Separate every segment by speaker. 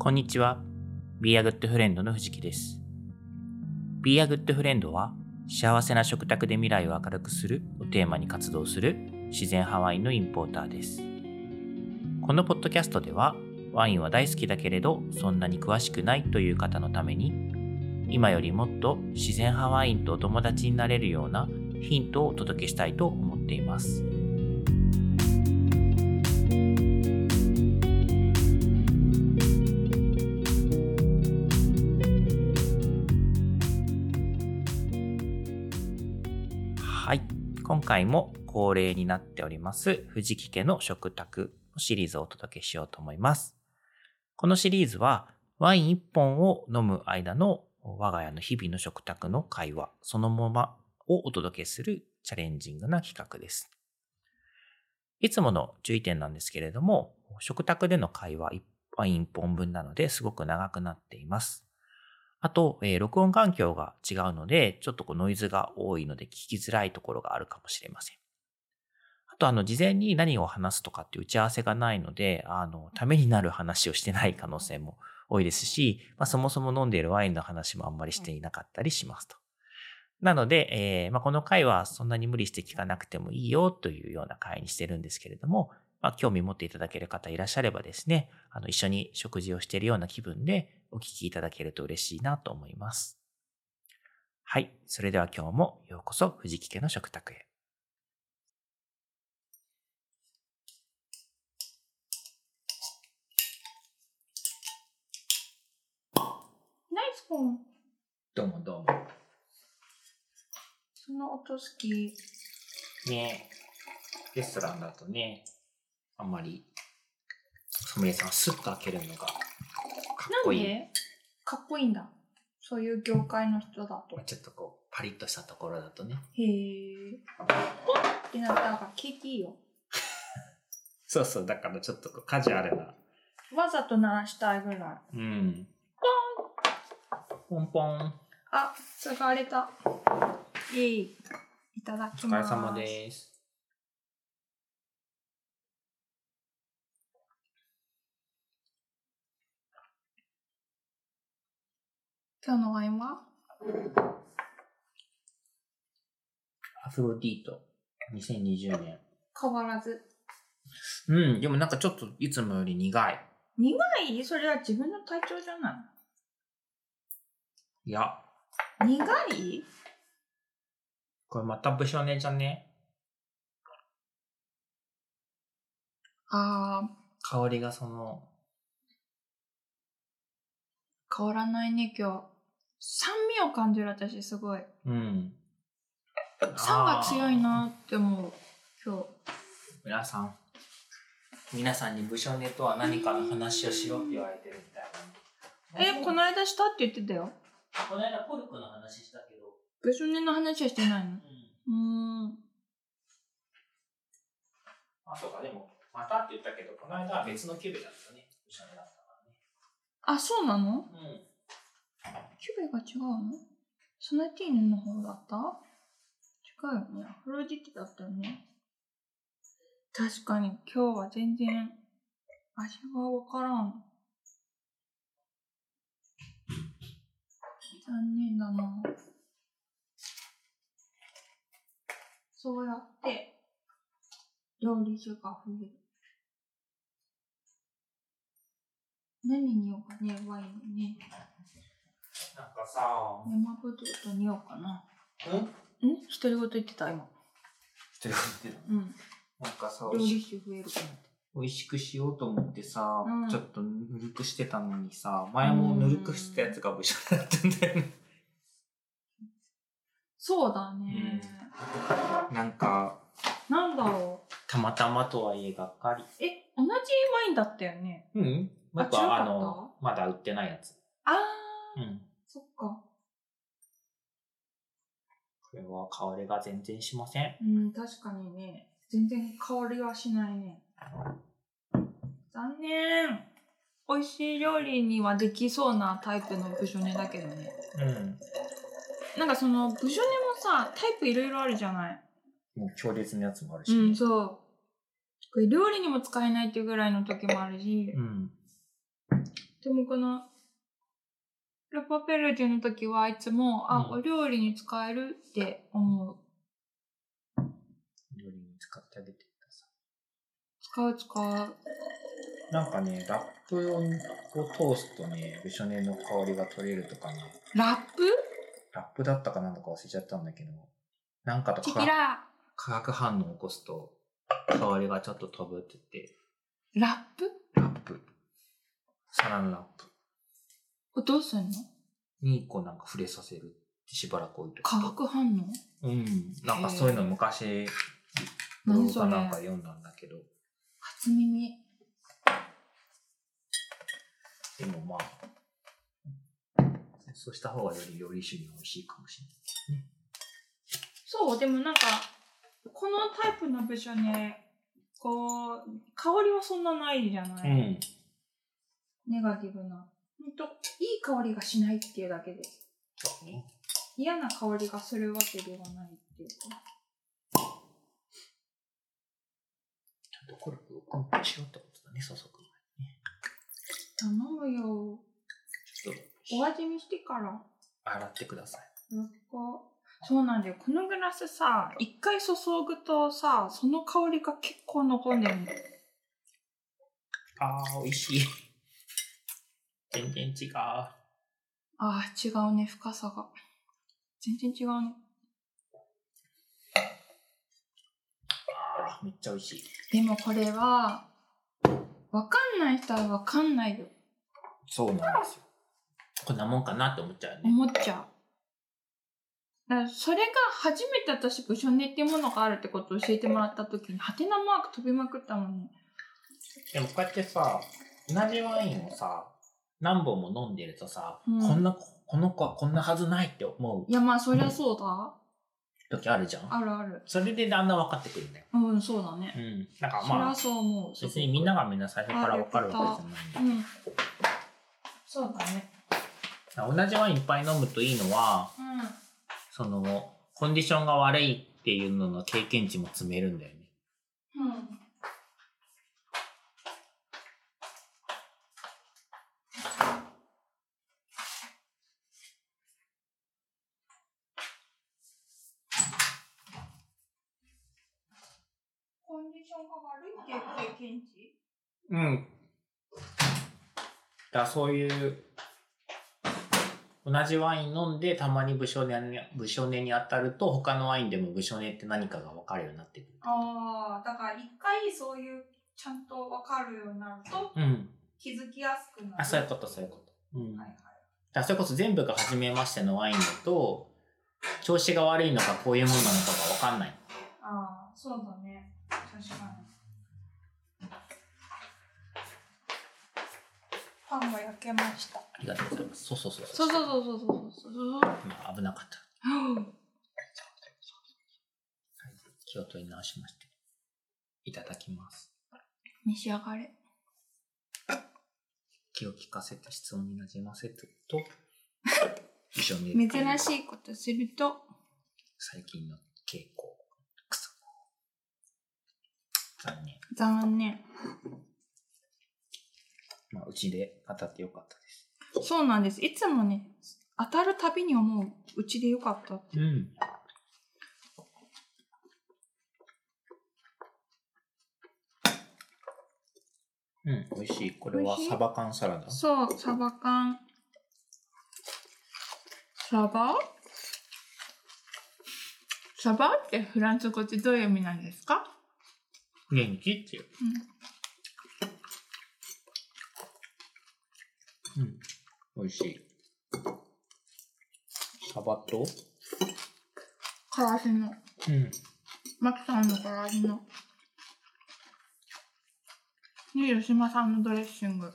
Speaker 1: こんにちは。Be a Good Friend の藤木です。Be a Good Friend は、幸せな食卓で未来を明るくするをテーマに活動する自然派ワインのインポーターです。このポッドキャストでは、ワインは大好きだけれど、そんなに詳しくないという方のために、今よりもっと自然派ワインとお友達になれるようなヒントをお届けしたいと思っています。はい。今回も恒例になっております、藤木家の食卓のシリーズをお届けしようと思います。このシリーズは、ワイン1本を飲む間の我が家の日々の食卓の会話そのままをお届けするチャレンジングな企画です。いつもの注意点なんですけれども、食卓での会話一ワイン1本分なのですごく長くなっています。あと、えー録音環境が違うので、ちょっとこうノイズが多いので聞きづらいところがあるかもしれません。あと、あの、事前に何を話すとかっていう打ち合わせがないので、あの、ためになる話をしてない可能性も多いですし、まあ、そもそも飲んでいるワインの話もあんまりしていなかったりしますと。なので、えーまあ、この回はそんなに無理して聞かなくてもいいよというような回にしてるんですけれども、まあ、興味持っていただける方いらっしゃればですね、あの一緒に食事をしているような気分でお聞きいただけると嬉しいなと思います。はい。それでは今日もようこそ藤木家の食卓へ。
Speaker 2: ナイスポン。
Speaker 1: どうもどうも。
Speaker 2: その音好き。
Speaker 1: ねレストランだとね、あんまり、ソムリエさんはスッと開けるのがかっ
Speaker 2: なんでかっこいいんだ。そういう業界の人だと。
Speaker 1: ちょっとこう、パリッとしたところだとね。
Speaker 2: へえ。ポンってなったら景気いいよ。
Speaker 1: そうそう、だからちょっとこうカジュアルな。
Speaker 2: わざと鳴らしたいぐらい。
Speaker 1: うん。ポンポン
Speaker 2: あ、すがれた。イエイ。いただき
Speaker 1: お疲れ
Speaker 2: ます。
Speaker 1: 様です。
Speaker 2: 今日のワインは
Speaker 1: アフロディート。2020年。
Speaker 2: 変わらず。
Speaker 1: うん、でもなんかちょっといつもより苦い。
Speaker 2: はい、それは自分の体調じゃない
Speaker 1: や、
Speaker 2: い苦い
Speaker 1: これまた武将ねじゃね
Speaker 2: あー、
Speaker 1: 香りがその、
Speaker 2: 変わらないね、今日。酸味を感じる私、すごい。
Speaker 1: うん。
Speaker 2: 酸が強いなって思う、今日。
Speaker 1: 皆さん皆さんに「武将ネとは何かの話をしろ」って言われてるみたいな
Speaker 2: え、この間したって言ってたよ。
Speaker 1: この間コルクの話したけど、
Speaker 2: 部署年の話はしてないの
Speaker 1: うん、
Speaker 2: うーん。
Speaker 1: あそうかでも「また」って言ったけどこの間は別のキュベだったね武将ネだったからね
Speaker 2: あ、そうな
Speaker 1: う
Speaker 2: の
Speaker 1: ん
Speaker 2: キュベが違うのソナティーヌの方だった違うよね。アフロディテだったよね。確かに今日は全然味がわからん。残念だな。そうやって料理酒が増える。何にようかね、ワインね。
Speaker 1: なんかさ
Speaker 2: 山ぶどうと似合うかな。
Speaker 1: うん
Speaker 2: ん独り言言ってた今。
Speaker 1: ということで
Speaker 2: うん。
Speaker 1: なんかさ
Speaker 2: 料理酒増えるかなって。
Speaker 1: 美味しくしようと思ってさ、
Speaker 2: うん
Speaker 1: ちょっとぬるくしてたのにさ前もぬるくしてたやつが武将ネだったんだよ ね
Speaker 2: そうだね。
Speaker 1: なんか
Speaker 2: なんだろう。
Speaker 1: たまたまとはいえがっかり
Speaker 2: え、同じワインだったよね。
Speaker 1: うん僕
Speaker 2: あ違か
Speaker 1: は
Speaker 2: った
Speaker 1: あのまだ売ってないやつ
Speaker 2: あー、
Speaker 1: うん
Speaker 2: そっか。
Speaker 1: これは香りが全然しません。
Speaker 2: うん、確かにね。全然香りはしないね。残念。美味しい料理にはできそうなタイプのブショネだけどね。
Speaker 1: うん。
Speaker 2: なんかその、ブショネもさ、タイプいろいろあるじゃない。
Speaker 1: もう強烈なやつもあるし、
Speaker 2: うん、そう。これ料理にも使えないっていうぐらいの時もあるし。
Speaker 1: うん。
Speaker 2: でもこの、ルパペルディの時はいつも、あ、
Speaker 1: うん
Speaker 2: お料理に使えるって思う。
Speaker 1: 料理に使ってあげてくださ
Speaker 2: 使う使う。
Speaker 1: い。なんかね、ラップをを通すとね、ビショネの香りが取れるとかね、
Speaker 2: ラップ
Speaker 1: ラップだったかなんだか忘れちゃったんだけど、なんかと
Speaker 2: チ
Speaker 1: 化
Speaker 2: キラ
Speaker 1: 化学反応を起こすと、香りがちょっと飛ぶって言って、
Speaker 2: ーラップ
Speaker 1: ラップ。サランラップ
Speaker 2: をどうすんの
Speaker 1: に、こうなんか触れさせる。しばらく置いとく
Speaker 2: 化
Speaker 1: と。
Speaker 2: 学反応
Speaker 1: うん。なんかそういうの昔、ブロ
Speaker 2: 何
Speaker 1: グ
Speaker 2: そ
Speaker 1: か
Speaker 2: れ
Speaker 1: なんか読んだんだけど、
Speaker 2: 初耳。
Speaker 1: でもまあ、そうした方がより料理酒に美味しいかもしれない。
Speaker 2: そう、でもなんか、このタイプの部署ね、こう、香りはそんなないじゃない、
Speaker 1: うん。
Speaker 2: ネガティブな。ほんと、いい香りがしないっていうだけです。
Speaker 1: そうね。
Speaker 2: 嫌な香りがするわけではないっていうか。
Speaker 1: ちゃんとコルクをコンプしようってことだね、注ぐ
Speaker 2: 頼む
Speaker 1: 前に。ち
Speaker 2: よ。
Speaker 1: ょ
Speaker 2: お
Speaker 1: っと、
Speaker 2: 味見してから。
Speaker 1: 洗ってください。
Speaker 2: なんかそうなんだよ。このグラスさ、一回注ぐとさ、その香りが結構残んでるの。
Speaker 1: あー、美味しい。全然違う。
Speaker 2: ああ、違うね、深さが。全然違うね。
Speaker 1: あー、めっちゃ美味しい。
Speaker 2: でもこれは、わかんない人はわかんないよ。
Speaker 1: そうなんですよ。こんなもんかなって思っちゃうよね。
Speaker 2: 思っちゃう。だからそれが初めて私、ブショネっていうものがあるってことを教えてもらった時に、ハテナマーク飛びまくったのに。
Speaker 1: でもこうやってさ、同じワインをさ、何本も飲んでるとさ、
Speaker 2: うん
Speaker 1: こんな、この子はこんなはずないって思
Speaker 2: いや、まあ、そりゃそうだ。
Speaker 1: う時あるじゃん。
Speaker 2: あるある。
Speaker 1: それでだんだん分かってくるんだよ。
Speaker 2: うん、そうだね
Speaker 1: う。ん。なんか
Speaker 2: そり
Speaker 1: ま
Speaker 2: ゃ
Speaker 1: あ、
Speaker 2: そう思う。すごく
Speaker 1: 別にみんながみんな最初から分かるわけじゃないんだ
Speaker 2: うん。そうだね。
Speaker 1: よ同じワインいっぱい飲むといいのは、
Speaker 2: うん。
Speaker 1: その、コンディションが悪いっていうのの経験値も積めるんだよね。
Speaker 2: うん。コンディションが悪いっていう経験値
Speaker 1: うん。だからそういう、同じワイン飲んで、たまに武将ネに、武将ネに当たると、他のワインでも武将ネって何かが分かるようになってくる。
Speaker 2: ああ、だから一回そういう、ちゃんとわかるようになると
Speaker 1: うん。
Speaker 2: 気づきやすくなる。
Speaker 1: あ、そういうこと、そういうこと。うん。だ
Speaker 2: はいはい。
Speaker 1: からそれこそ全部が初めましてのワインだと、調子が悪いのかこういうものなのかが分かんない。
Speaker 2: ああ、そうだね。確かに。パンも焼けました。
Speaker 1: ありがとうございます。そうそうそう
Speaker 2: そう
Speaker 1: う。
Speaker 2: そうそうそうそうそうそう。
Speaker 1: まあ、危なかった。
Speaker 2: は
Speaker 1: はい。気を取り直しまして。いただきます。
Speaker 2: あ 召し上がれ。
Speaker 1: 気を利かせて質問になじませて と、武将ネってい
Speaker 2: 珍
Speaker 1: う
Speaker 2: しいことすると、
Speaker 1: 最近の傾向。くそ。残念。
Speaker 2: 残念。
Speaker 1: まあ、うちで当たってよかったです。
Speaker 2: そうなんです。いつもね、当たるたびに思う、うちでよかった。
Speaker 1: うん。うん、美味しい。これは
Speaker 2: 美味しい
Speaker 1: サバ缶サラダ。
Speaker 2: そう、サバ缶。サバサバってフランス語ってどういう意味なんですか
Speaker 1: 元気っていう。うん。美味しい。サバと
Speaker 2: からしの。
Speaker 1: うん。
Speaker 2: マキさんのから揚げの。ね、吉間さんのドレッシング。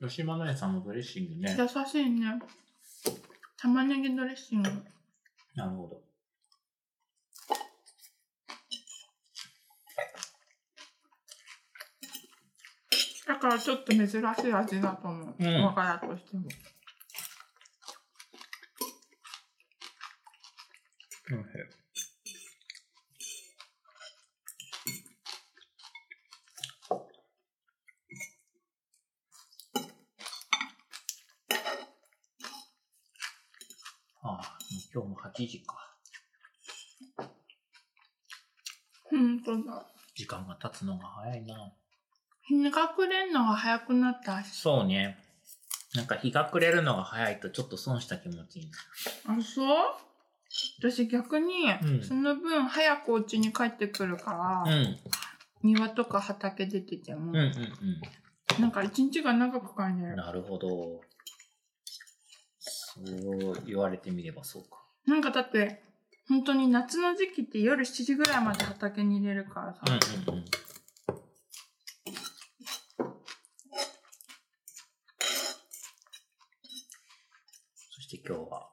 Speaker 1: うん。吉間苗さんのドレッシングね。
Speaker 2: 優しいね。玉ねぎドレッシング。
Speaker 1: なるほど。
Speaker 2: だからちょっと珍しい味だと思う。
Speaker 1: うん
Speaker 2: 我が家としても。
Speaker 1: うん。今日も8時か。
Speaker 2: うん、そうだ。
Speaker 1: 時間が経つのが早いな。
Speaker 2: 日に隠れるのが早くなったし。
Speaker 1: そうね。なんか日が暮れるのが早いとちょっと損した気持ちにな
Speaker 2: あ、そう私逆に、
Speaker 1: うん
Speaker 2: その分早くお家に帰ってくるから、
Speaker 1: る。
Speaker 2: 庭とか畑出てて
Speaker 1: うん。う
Speaker 2: も、
Speaker 1: んうん
Speaker 2: なんか一日が長く感じ
Speaker 1: うん。
Speaker 2: る。
Speaker 1: なるほど。そう言われてみればそうか。
Speaker 2: なんかだって、本当に夏の時期って夜7時ぐらいまで畑に入れるからさ、
Speaker 1: うんうんうん。そして今日は。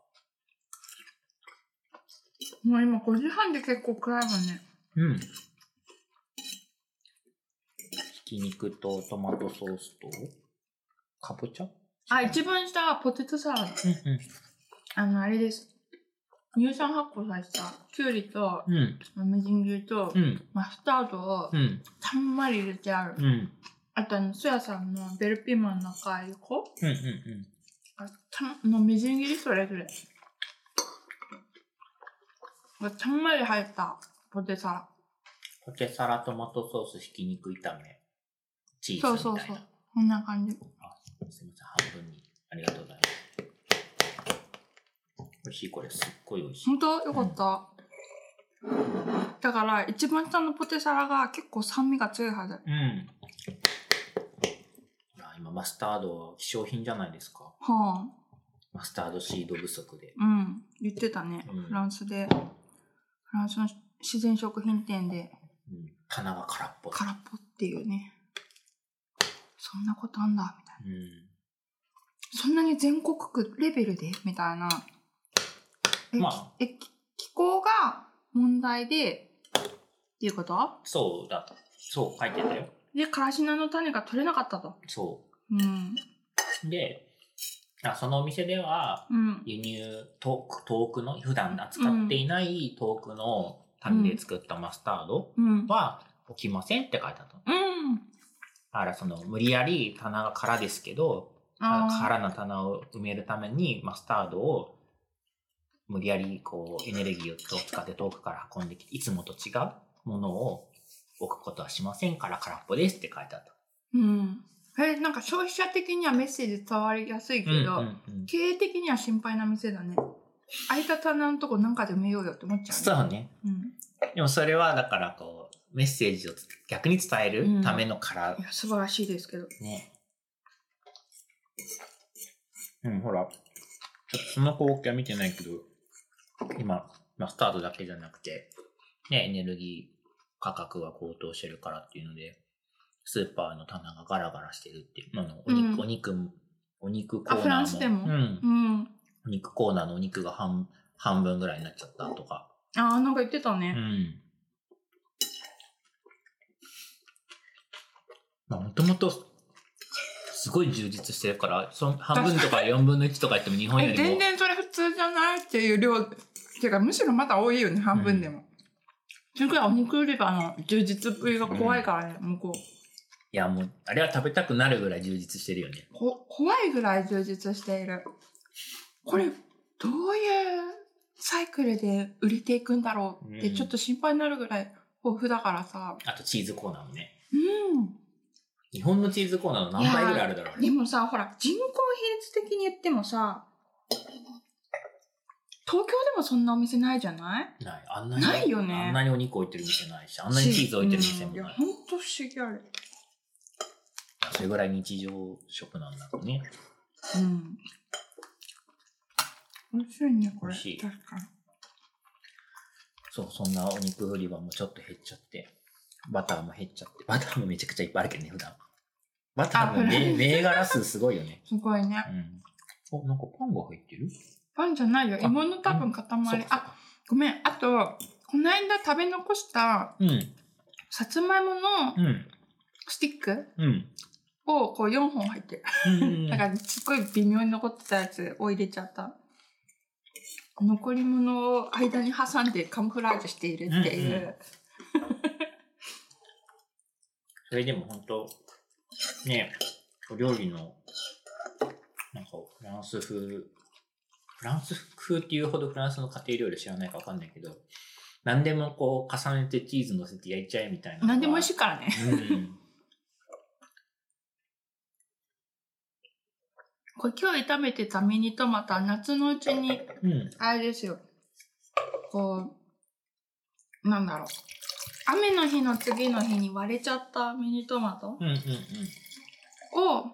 Speaker 2: もう今5時半で結構暗いもんね。
Speaker 1: うん。ひき肉とトマトソースと、かぼちゃ
Speaker 2: あ、一番下はポテトサラダ。
Speaker 1: う
Speaker 2: あの、あれです。乳酸発酵させた、きゅうりと、
Speaker 1: んうん。
Speaker 2: みじん切りと
Speaker 1: う、ん。
Speaker 2: マスタードを
Speaker 1: うん。
Speaker 2: たんまり入れてある。
Speaker 1: うん。うん。
Speaker 2: あとあの、ソヤさんのベルピーマンの赤い子
Speaker 1: うん。うん。
Speaker 2: あたのみじん切りそれぞれ。がたんまり入ったポテサラ。
Speaker 1: ポテサラ、トマトソース、ひき肉炒め、チーズみたいな。
Speaker 2: そうそうそう。こんな感じ。
Speaker 1: すみません、半分に。ありがとうございます。美味しい、これ。すっごい美味しい。
Speaker 2: ほんとよかった。だから、一番下のポテサラが結構酸味が強いはず。は
Speaker 1: うん。いや今、マスタードは希少品じゃないですか。
Speaker 2: あ。
Speaker 1: マスタードシード不足で。
Speaker 2: うん、言ってたね、
Speaker 1: うん
Speaker 2: フランスで。フランスの自然食品店で
Speaker 1: うん。棚が空っぽ。
Speaker 2: 空っぽっていうね。そんなことあんだ、みたいな。
Speaker 1: う
Speaker 2: そんなに全国区レベルでみたいな。え、
Speaker 1: ん。まあ、
Speaker 2: えき気候が問題で、っていうこと
Speaker 1: そうだ。そう、書いてたよ。
Speaker 2: で、からし菜の種が取れなかったと。
Speaker 1: そ
Speaker 2: うん。
Speaker 1: う。で、あそのお店では、
Speaker 2: うん。
Speaker 1: 輸入遠く遠くの普段扱っていない遠くの種で作ったマスタード
Speaker 2: うん。
Speaker 1: は置きませんって書いてあったの。
Speaker 2: うん。
Speaker 1: だからその無理やり棚が空ですけど、
Speaker 2: あー
Speaker 1: 空の棚を埋めるためにマスタードを無理やりこうエネルギーを使って遠くから運んできて、いつもと違うものを置くことはしませんから空っぽですって書いてあった。
Speaker 2: うん。え、なんか消費者的にはメッセージ伝わりやすいけど、
Speaker 1: うんうんうん
Speaker 2: 経営的には心配な店だね空いた棚のとこなんかで埋めようよって思っちゃうね
Speaker 1: そうね。
Speaker 2: うん、
Speaker 1: でもそれはだからこう、メッセージを逆に伝えるための空
Speaker 2: いや素晴らしいですけど
Speaker 1: ね。うん、ほら。ちょっとその光景は見てないけど、今、マスタードだけじゃなくて、ね、エネルギー価格が高騰してるからっていうので、スーパーの棚がガラガラしてるっていう、あの、お肉、
Speaker 2: うん
Speaker 1: お肉、お肉コーナーも。
Speaker 2: あフランスでも
Speaker 1: うん
Speaker 2: う。ん
Speaker 1: お肉コーナーのお肉が半、半分ぐらいになっちゃったとか。
Speaker 2: ああなんか言ってた
Speaker 1: う
Speaker 2: ね
Speaker 1: ん。まあ、もともと、すごい充実してるから、そん半分とか4分の1とか言っても日本よ
Speaker 2: え
Speaker 1: りも
Speaker 2: 全、然それ普通じゃないっていう量ていうかむしろまだ多いよね半分でも、それくらいお肉売り場の充実っぷりが怖いからね、向こう
Speaker 1: いやもう、あれは食べたくなるぐらい充実してるよね。
Speaker 2: こ怖いぐらい充実しているこれどういうサイクルで売れていくんだろうって
Speaker 1: うん
Speaker 2: ちょっと心配になるぐらい豊富だからさ
Speaker 1: あとチーズコーナーもね。
Speaker 2: うん
Speaker 1: 日本のチーズコーナーの何倍ぐらいあるだろう
Speaker 2: で
Speaker 1: ね。
Speaker 2: もさ、ほら、人口比率的に言ってもさ、東京でもそんなお店ないじゃない
Speaker 1: ない。あんなに。
Speaker 2: ないよね
Speaker 1: あんなにお肉置いてる店ないし、あんなにチーズ置いてる店も
Speaker 2: うんい
Speaker 1: な
Speaker 2: や、
Speaker 1: い。
Speaker 2: ほんと不思議ある。
Speaker 1: それぐらい日常食なんだろうね。
Speaker 2: うん。美味しいね、これ。
Speaker 1: 美味しい
Speaker 2: 確かに。
Speaker 1: そう、そんなお肉売り場もちょっと減っちゃって、バターも減っちゃって、バターもめちゃくちゃいっぱいあるけどね、普段。バター
Speaker 2: あ
Speaker 1: の
Speaker 2: フラ
Speaker 1: 銘
Speaker 2: ン
Speaker 1: 銘柄数すごいよね。
Speaker 2: すごいうね。
Speaker 1: ん。お、なんかパンが入ってる
Speaker 2: パンじゃないよ。
Speaker 1: あ
Speaker 2: 芋の多分塊。
Speaker 1: そうかそう
Speaker 2: あ、
Speaker 1: か
Speaker 2: ごめん。あと、この間食べ残した、
Speaker 1: うん、
Speaker 2: さつまいもの
Speaker 1: うん、
Speaker 2: スティック
Speaker 1: うん。
Speaker 2: を、こう4本入ってる。
Speaker 1: うん
Speaker 2: だから、すっごい微妙に残ってたやつを入れちゃった。残り物を間に挟んでカムフラージュしているっていう。
Speaker 1: うんそれでも本当ねお料理の、なんかフランス風フランス風っていうほどフランスの家庭料理知らないかわかんないけど、何でもこう重ねてチーズ乗せて焼いちゃえみたいな。
Speaker 2: 何でも美味し
Speaker 1: い。
Speaker 2: いからね。
Speaker 1: うん。
Speaker 2: これ今日炒めてたミニトマトは夏のうちに、
Speaker 1: うん。
Speaker 2: あれですよ。こう、なんだろう。雨の日の次の日に割れちゃったミニトマト
Speaker 1: うんうんうん。
Speaker 2: を、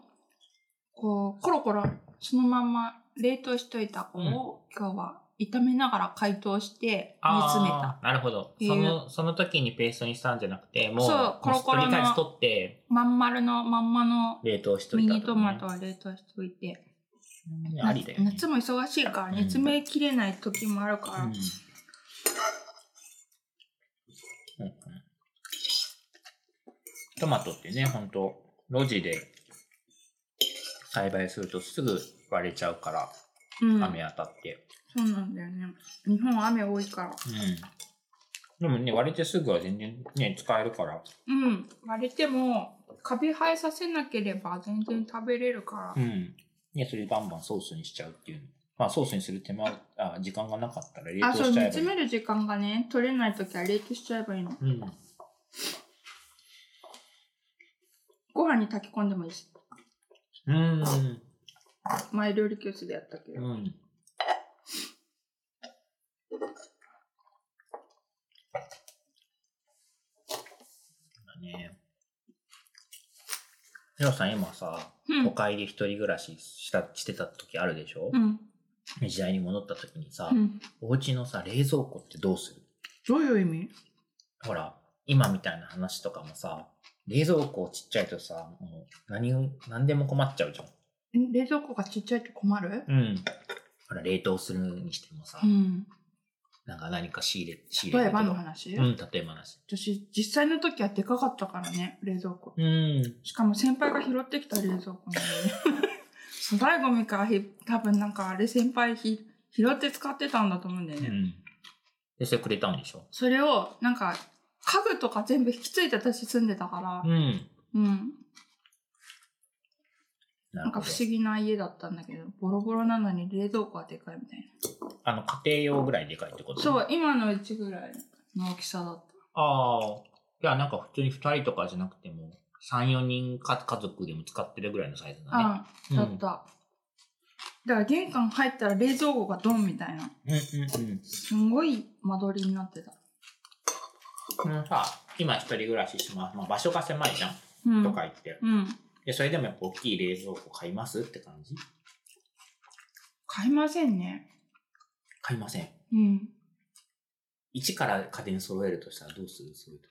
Speaker 2: こう、コロコロ、そのまんま冷凍しといた子を、今日は炒めながら解凍して煮詰めた。
Speaker 1: あー。なるほど。
Speaker 2: えー
Speaker 1: その、その時にペーストにしたんじゃなくて、もう、
Speaker 2: そうコロコロの
Speaker 1: もうひっくり返しとって、
Speaker 2: まん丸のまんまの
Speaker 1: 冷凍しと
Speaker 2: ミ
Speaker 1: いた
Speaker 2: ニ
Speaker 1: と
Speaker 2: ト
Speaker 1: かね、
Speaker 2: マトは冷凍しておいて。
Speaker 1: うんありだよ、ね。
Speaker 2: 夏も忙しいから煮詰めきれない時もあるから。
Speaker 1: うんうんトマトってね、ほんと、路地で栽培するとすぐ割れちゃうから、
Speaker 2: うん。
Speaker 1: 雨当たって。
Speaker 2: そうなんだよね。日本雨多いか
Speaker 1: う
Speaker 2: ら。
Speaker 1: ん。でもね、割れてすぐは全然ね、使えるから。
Speaker 2: うん。割れても、カビ生えさせなければ全然食べれるから。
Speaker 1: うん。ね、それバンバンソースにしちゃうっていう。まあ、ソースにする手間、あ、時間がなかったら冷
Speaker 2: あ、
Speaker 1: 凍
Speaker 2: そう、
Speaker 1: し
Speaker 2: 煮
Speaker 1: ちゃえばいい。
Speaker 2: 詰める時間がね、取れない時は冷凍しちゃえばいいの。
Speaker 1: うん。
Speaker 2: ご飯に炊き込んでもいいし。
Speaker 1: うん。
Speaker 2: 前料理教室でやったけど。
Speaker 1: うん。だね。ヒロさん今さ、
Speaker 2: うん
Speaker 1: 都会で一人暮らしした、してた時あるでしょ
Speaker 2: う、ん。
Speaker 1: で時代に戻った時にさ、
Speaker 2: うん。
Speaker 1: お家のさ、冷蔵庫ってどうする
Speaker 2: どういう意味
Speaker 1: ほら、今みたいな話とかもさ、冷蔵庫ちっちゃいとさ、もう何を、何でも困っちゃうじゃん。
Speaker 2: ん冷蔵庫がちっちゃいと困る
Speaker 1: うん。ほら、冷凍するにしてもさ、
Speaker 2: うん。
Speaker 1: なんか何か仕入れ、仕入れ
Speaker 2: 例え
Speaker 1: ると
Speaker 2: ば
Speaker 1: か
Speaker 2: の話、
Speaker 1: うん、例え話。
Speaker 2: 私、実際の時はでかかったからね、冷蔵庫。
Speaker 1: うん。
Speaker 2: しかも先輩が拾ってきた冷蔵庫なの ね。粗大ゴミからひ、多分なんかあれ先輩ひ拾って使ってたんだと思うんだよね。
Speaker 1: で、それくれたんでしょ
Speaker 2: それを、なんか、家具とか全部引き継いで私住んでたから、
Speaker 1: ん。
Speaker 2: うん。
Speaker 1: な
Speaker 2: な
Speaker 1: る
Speaker 2: んか
Speaker 1: ほど
Speaker 2: 不。思議な家だったんだけど、ボロボロなのに冷蔵庫はでかいみたいな。
Speaker 1: あの、家庭用ぐらいでかいってこと
Speaker 2: そう、今のうちぐらいの大きさだっ
Speaker 1: ああ。いや、なんか普通に二人とかじゃなくても、三四人か家族でも使ってるぐらいのサイズ
Speaker 2: た。
Speaker 1: だね。
Speaker 2: うん、だった。だから玄関入ったら冷蔵庫がドンみたいな。
Speaker 1: うんうんうん。
Speaker 2: すんごい間取りになってた。
Speaker 1: このさ、今一人暮らしします。まあ場所が狭いじゃん。
Speaker 2: うん。
Speaker 1: とか言って。
Speaker 2: うん。
Speaker 1: で、それでもやっぱ大きい冷蔵庫買いますって感じ
Speaker 2: 買いませんね。
Speaker 1: 買いません。
Speaker 2: うん。
Speaker 1: 一から家電揃えるとしたらどうするそれと。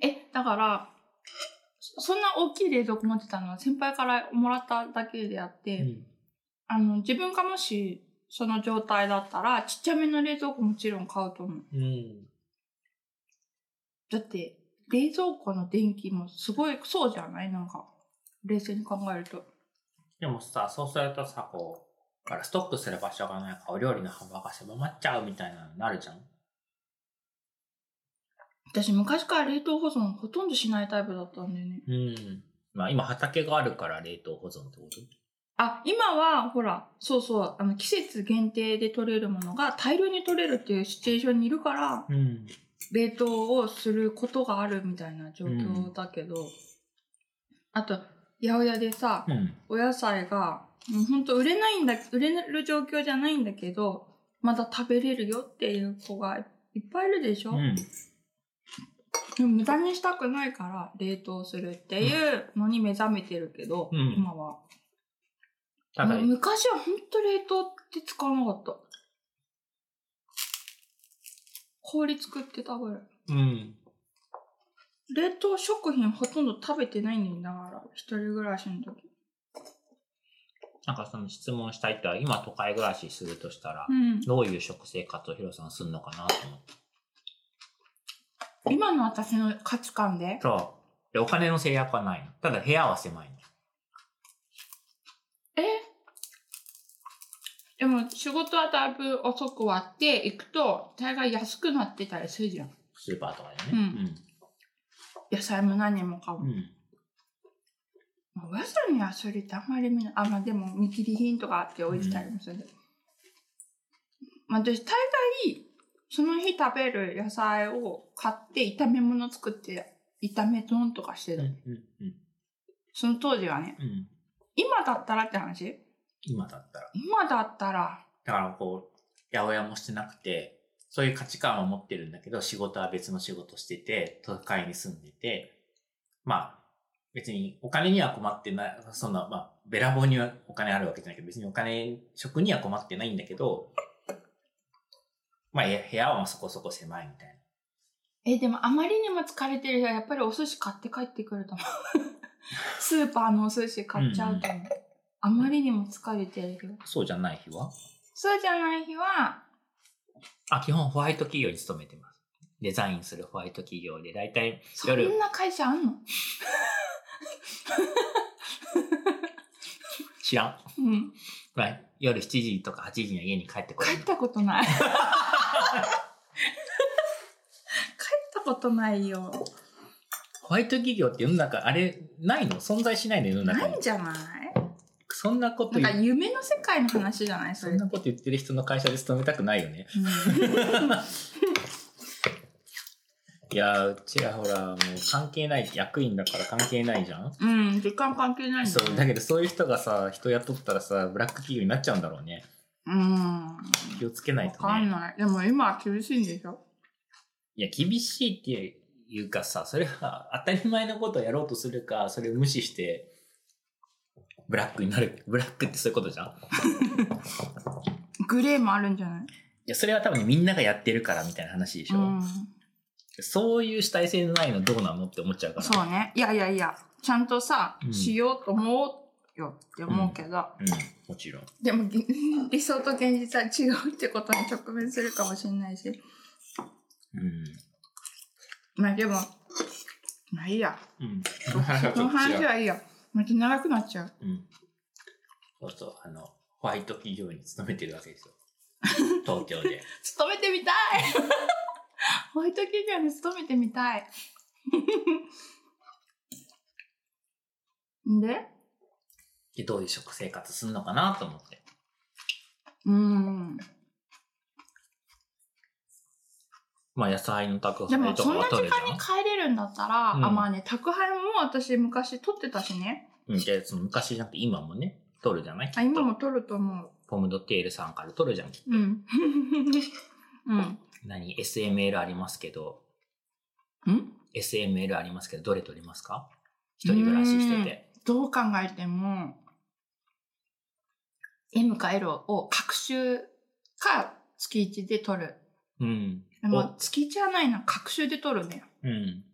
Speaker 2: え、だから、そそんな大きい冷蔵庫持ってたのは先輩からもらっただけであって、
Speaker 1: うん。
Speaker 2: あの、自分がもしその状態だったら、ちっちゃめの冷蔵庫もちろん買うと思う。
Speaker 1: うん。
Speaker 2: だって、冷蔵庫の電気もすごい、そうじゃないなんか、冷静に考えると。
Speaker 1: でもさ、そうするとさ、こう、だからストックする場所がないからお料理の幅が狭まっちゃうみたいなのになるじゃん。
Speaker 2: 私、昔から冷凍保存ほとんどしないタイプだったんだよね。
Speaker 1: うん。まあ今畑があるから冷凍保存ってこと
Speaker 2: あ、今は、ほら、そうそう、あの、季節限定で取れるものが大量に取れるっていうシチュエーションにいるから、
Speaker 1: うん。
Speaker 2: 冷凍をすることがあるみたいな状況だけど、あと、八百屋でさ、
Speaker 1: うん。
Speaker 2: お野菜が、もうほんと売れないんだ、売れる状況じゃないんだけど、まだ食べれるよっていう子がいっぱいいるでしょ、
Speaker 1: うん。
Speaker 2: でも無駄にしたくないから冷凍するっていうのに目覚めてるけど、
Speaker 1: うん
Speaker 2: 今は。
Speaker 1: ただ
Speaker 2: もう、昔はほんと冷凍って使わなかった。氷作って食べる。
Speaker 1: うん。
Speaker 2: 冷凍食品ほとんど食べてないんだから、一人暮らしの時。
Speaker 1: なんかその質問したいっては、今都会暮らしするとしたら
Speaker 2: う、ん。
Speaker 1: どういう食生活をヒロさんすんのかなと思って。
Speaker 2: 今の私の価値観で、
Speaker 1: そう。で、お金の制約はないの。ただ部屋は狭いの。
Speaker 2: えでも仕事はだいぶ遅く終わって行くと大概安くなってたりするじゃん
Speaker 1: スーパーとかで
Speaker 2: う
Speaker 1: ね。
Speaker 2: 野菜も何も買う、
Speaker 1: うん。うん。
Speaker 2: まあお野菜にはそれってあんまり見ないあまあでも見切り品とかあって置いてたりもする、まあ、私大概、その日食べる野菜を買って炒め物作って、炒め丼とかしてた。
Speaker 1: うん
Speaker 2: その当時はね、
Speaker 1: うん。
Speaker 2: 今だったらって話
Speaker 1: 今だったら。
Speaker 2: 今だったら、
Speaker 1: だからこう、八百屋もしてなくて、そういう価値観は持ってるんだけど、仕事は別の仕事してて、都会に住んでて、まあ、別にお金には困ってない、そんな、まあ、べらぼうにはお金あるわけじゃないけど、別にお金、食には困ってないんだけど、まあ、え部屋はそこそこ狭いみたいな。
Speaker 2: え、でもあまりにも疲れてる人はやっぱりお寿司買って帰ってくる と思う。スーパーのお寿司買っちゃうと思う。あまりにも疲れてる日は。
Speaker 1: そうじゃない日は
Speaker 2: そうじゃない日は、
Speaker 1: あ、基本ホワイト企業に勤めてます。デザインするホワイト企業で、だいたい
Speaker 2: そ
Speaker 1: 夜
Speaker 2: んな会社あんの
Speaker 1: 知らん。
Speaker 2: うん。
Speaker 1: まあ、夜7時とか8時には家に帰ってこない
Speaker 2: 帰ったことない。帰ったことないよ。
Speaker 1: ホワイト企業って世の中、あれ、ないの存在しないの世の
Speaker 2: な
Speaker 1: 中
Speaker 2: い
Speaker 1: に
Speaker 2: ん。じゃない
Speaker 1: そんなこと
Speaker 2: な
Speaker 1: 言
Speaker 2: んか
Speaker 1: う
Speaker 2: 夢の世界の話じゃないそ
Speaker 1: そん。
Speaker 2: れ
Speaker 1: なこと言ってる人の会社で勤めたくないよね。
Speaker 2: うん
Speaker 1: いやー、うちらほら、もう関係ない、役員だから関係ないじゃん。
Speaker 2: うん、時間関係ないんだ
Speaker 1: そう、だけどそういう人がさ、人雇ったらさ、ブラック企業になっちゃうんだろうね。
Speaker 2: うん。
Speaker 1: 気をつけない
Speaker 2: わ
Speaker 1: と
Speaker 2: かん
Speaker 1: ね。
Speaker 2: ない。でも今は厳しいんでしょ
Speaker 1: いや、厳しいっていうかさ、それは当たり前のことをやろうとするか、それを無視して、ブラックになる。ブラックってそういうことじゃん。い
Speaker 2: グレーもあるんじゃない
Speaker 1: や、それは多分ねみんながやってるからみたいな話でしょ。
Speaker 2: うん。
Speaker 1: そういう主体性のないのどうなのって思っちゃうから。
Speaker 2: そうね。いやいやいや、ちゃんとさ、
Speaker 1: うん
Speaker 2: しようと思うよって思うけど、
Speaker 1: うん、もちろん。
Speaker 2: でも ぎ理想と現実は違うってことに直面するかもしれないし。
Speaker 1: うん。
Speaker 2: まあでも、まあいいや。
Speaker 1: うん。
Speaker 2: この話はいいや。また長くなっちゃう。
Speaker 1: うん。そうそう、あの、ホワイト企業に勤めてるわけです よ。東京で。
Speaker 2: 勤めてみたい ホワイト企業に勤めてみたい。 んで
Speaker 1: で、どういう食生活すんのかなと思って。
Speaker 2: うん。
Speaker 1: まあ、野菜の宅
Speaker 2: で
Speaker 1: 配
Speaker 2: も
Speaker 1: と
Speaker 2: そ
Speaker 1: か
Speaker 2: ん
Speaker 1: は
Speaker 2: な時
Speaker 1: 取るじ
Speaker 2: 間に帰れるんだったら、
Speaker 1: うん
Speaker 2: あまあね宅配も私昔取ってたしね
Speaker 1: ゃん。うん。で、その昔じゃなくて今もね、取るじゃないきっと
Speaker 2: あ今も取ると思う
Speaker 1: ポムドテールさんから取るじゃん。きっと
Speaker 2: うん うん
Speaker 1: 何 ?SML ありますけど、
Speaker 2: うん、
Speaker 1: SML ありますけど、どれ取りますか一人暮らししてて。
Speaker 2: どう考えても M か L を各週か月1で取る
Speaker 1: うん。
Speaker 2: で
Speaker 1: お
Speaker 2: も月1はないな各週で取るね
Speaker 1: うん。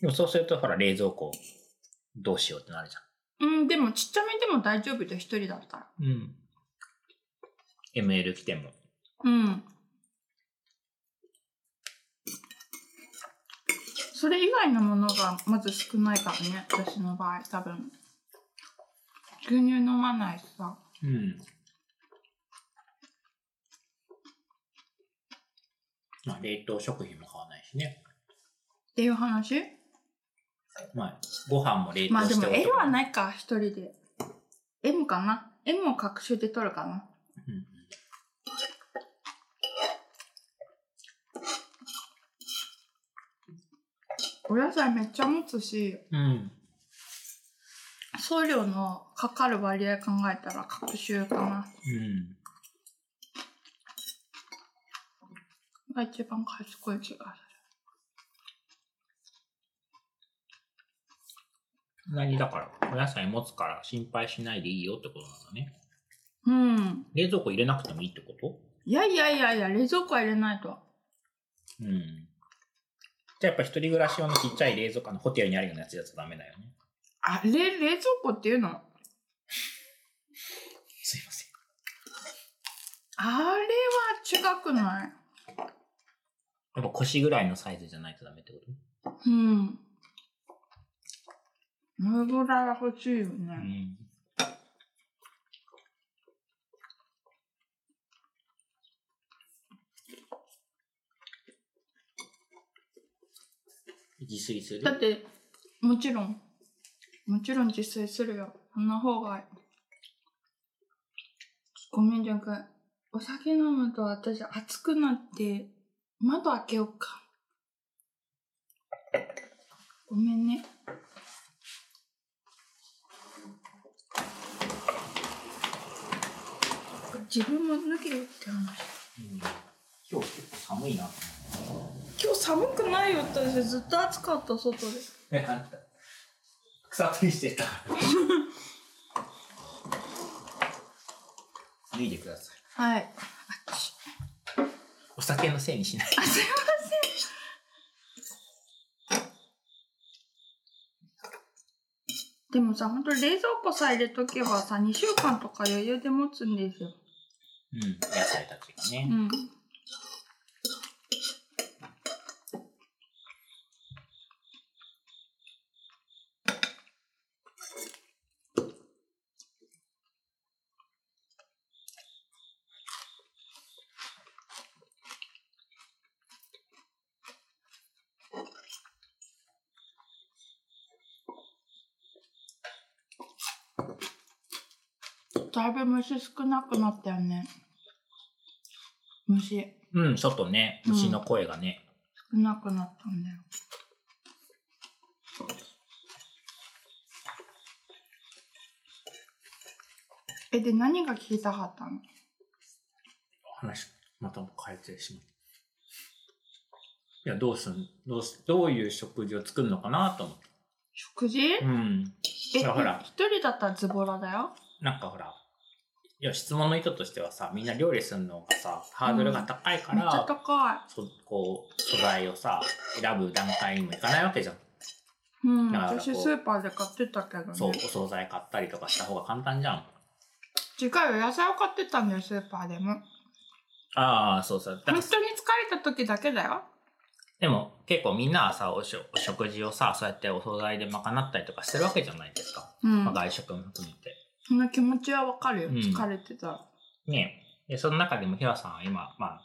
Speaker 1: でもそうすると、ほら、冷蔵庫、どうしようってなるじ
Speaker 2: うんでもちっちゃめでも大丈夫で一人だったら
Speaker 1: ゃん。うん。ML 来ても。
Speaker 2: うんそれ以外のものがまず少ないからね私の場合多分牛乳飲まないしさ
Speaker 1: うん。まあ、冷凍食品も買わないしね。
Speaker 2: っていう話
Speaker 1: まあ、ご飯も冷凍して。
Speaker 2: まあでも L はいないか一人で M かな M を各種で取るかな
Speaker 1: うん
Speaker 2: お野菜めっちゃ持つし
Speaker 1: うん。
Speaker 2: 送料のかかる割合考えたら各種かな
Speaker 1: うん。
Speaker 2: が一番賢い気が
Speaker 1: 何だから、お野菜持つから心配しないでいいよってことなんだね。
Speaker 2: するうん
Speaker 1: 冷蔵庫入れなくてもいいってこと
Speaker 2: いやいやいやいや冷蔵庫は入れないと
Speaker 1: うん。じゃあやっぱ一人暮らし用のちっちゃい冷蔵庫のホテルにあるようなやつやつダメだよね。
Speaker 2: あれ冷蔵庫っていうのあ
Speaker 1: すいません。
Speaker 2: れは違くない
Speaker 1: やっぱ腰ぐらいのサイズじゃないとダメってこと
Speaker 2: うんそれぐらいは欲しいよね、
Speaker 1: ん。自炊する
Speaker 2: だってもちろんもちろん自炊するよそんな方がごめんじゃんかおお酒飲むと私熱くなって、窓開けようか。ごめんね。自分も脱げよって話。
Speaker 1: 今日結構寒いな。
Speaker 2: 今日寒くないよって私ずっと暑かった外で。
Speaker 1: 草取りしてた。脱いでください。
Speaker 2: はい。
Speaker 1: お酒のせいにしない。
Speaker 2: あ、すいません。でもさ、本当冷蔵庫さえ入れとけばさ、2週間とか余裕で持つんですよ。
Speaker 1: うん、野菜たちが
Speaker 2: う
Speaker 1: ね。
Speaker 2: ん。だいぶ虫少なくなったよね。虫
Speaker 1: うん、外ね、虫の声がね。
Speaker 2: 少なくなったんだよ。え、で何が聞きたかったの
Speaker 1: 話、また変えてしまった。いや、どうすん、どうす、どういう食事を作るのかなと思って。
Speaker 2: 食事
Speaker 1: う
Speaker 2: え、
Speaker 1: ん。
Speaker 2: 一
Speaker 1: ほら
Speaker 2: 人だったらズボラだよ。
Speaker 1: なんかほら、いや、質問の意図としてはさ、みんな料理するのがさ、ハードルが高いか
Speaker 2: めっちゃ
Speaker 1: ら、
Speaker 2: 高い。
Speaker 1: そこう、素材をさ、選ぶ段階にもいかないわけじゃん。
Speaker 2: うん、
Speaker 1: だからこう
Speaker 2: 私スーパーで買ってたけど
Speaker 1: そう、お
Speaker 2: ね。
Speaker 1: 惣菜買ったりとかした方が簡単じゃん。
Speaker 2: 次回は野菜を買ってたんだよ、スーパーでも。
Speaker 1: ああ、そうそう。だ
Speaker 2: 本当に疲れた時だけだよ。
Speaker 1: でも、結構みんなはさ、おしょお食事をさ、そうやってお惣菜で賄ったりとかしてるわけじゃないですか。
Speaker 2: うん
Speaker 1: まあ、。外食も含めて。
Speaker 2: その気持ちはわかるよ。
Speaker 1: うん
Speaker 2: 疲れてたら。
Speaker 1: ねえ。で、その中でもヒロさんは今、まあ、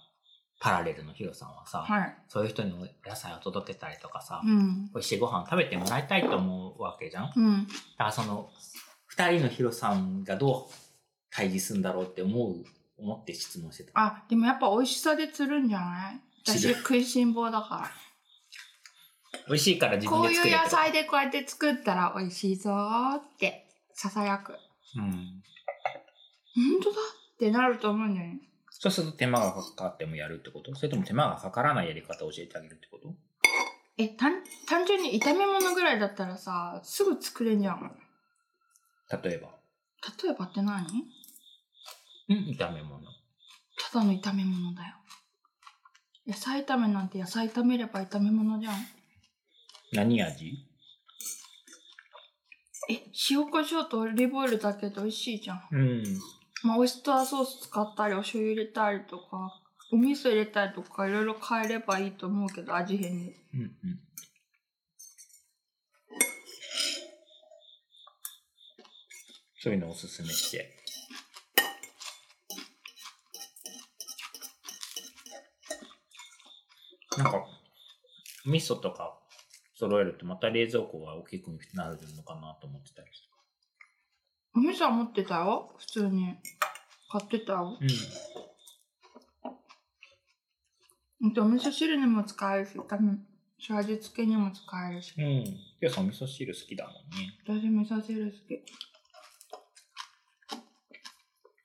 Speaker 1: パラレルのヒロさんはさ、
Speaker 2: はい。
Speaker 1: そういう人にお野菜を届けたりとかさ、
Speaker 2: うん。
Speaker 1: 美味しいご飯を食べてもらいたいと思うわけじゃん。だ
Speaker 2: うん。
Speaker 1: からその、二人のヒロさんがどう対峙するんだろうって思う、思って質問してた。
Speaker 2: あ、でもやっぱ美味しさで釣るんじゃない
Speaker 1: 釣る
Speaker 2: 私食いしん坊だか
Speaker 1: 美味しいから自
Speaker 2: ら。
Speaker 1: 分
Speaker 2: こう
Speaker 1: で作
Speaker 2: い
Speaker 1: れ
Speaker 2: う野
Speaker 1: とか
Speaker 2: 菜でこうやって作ったら美味しいぞーって、ささやく。
Speaker 1: うん。
Speaker 2: 本当だってなると思うんだよね。
Speaker 1: そうすると手間がかかってもやるってことそれとも手間がかからないやり方を教えてあげるってこと
Speaker 2: え、単、単純に炒め物ぐらいだったらさ、すぐ作れんじゃん。
Speaker 1: 例えば。
Speaker 2: 例えばって何
Speaker 1: うん、炒め物。
Speaker 2: ただの炒め物だよ。野菜炒めなんて野菜炒めれば炒め物じゃん。
Speaker 1: 何味
Speaker 2: え、塩コショウとオリーブオイルだけで美味しいじゃん。
Speaker 1: うん。
Speaker 2: まあ、オイスターソース使ったり、お醤油入れたりとか、お味噌入れたりとか、いろいろ変えればいいと思うけど、味変に。
Speaker 1: うんうん。そういうのをおすすめして。なんか、味噌とか揃えるとまた冷蔵庫が大きくなるのかなと思ってたりし
Speaker 2: お味噌は持ってたよ、普通に。買ってたよ。
Speaker 1: て。
Speaker 2: ほんとお味噌汁にも使えるし、多分、そう味付けにも使えるし。
Speaker 1: うん。うん。今日さん、味噌汁好きだもんね。
Speaker 2: 私、味噌汁好き。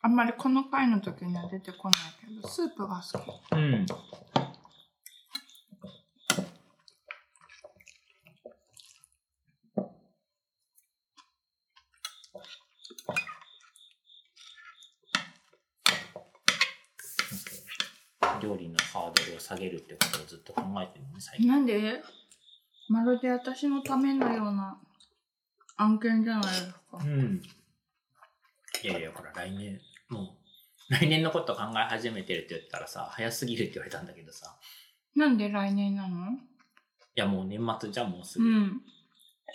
Speaker 2: あんまりこの回の時には出てこないけど、スープが好き。
Speaker 1: うん。料理のハードルを下げるってことをずっと考えてるのね、最近。
Speaker 2: なんでまるで私のためのような案件じゃないですか。
Speaker 1: うん。いやいや、ほら、来年、もう、 来年のこと考え始めてるって言ったらさ、早すぎるって言われたんだけどさ、
Speaker 2: なんで来年なの
Speaker 1: いや、もう年末じゃんもうす
Speaker 2: う
Speaker 1: ぐ。
Speaker 2: ん。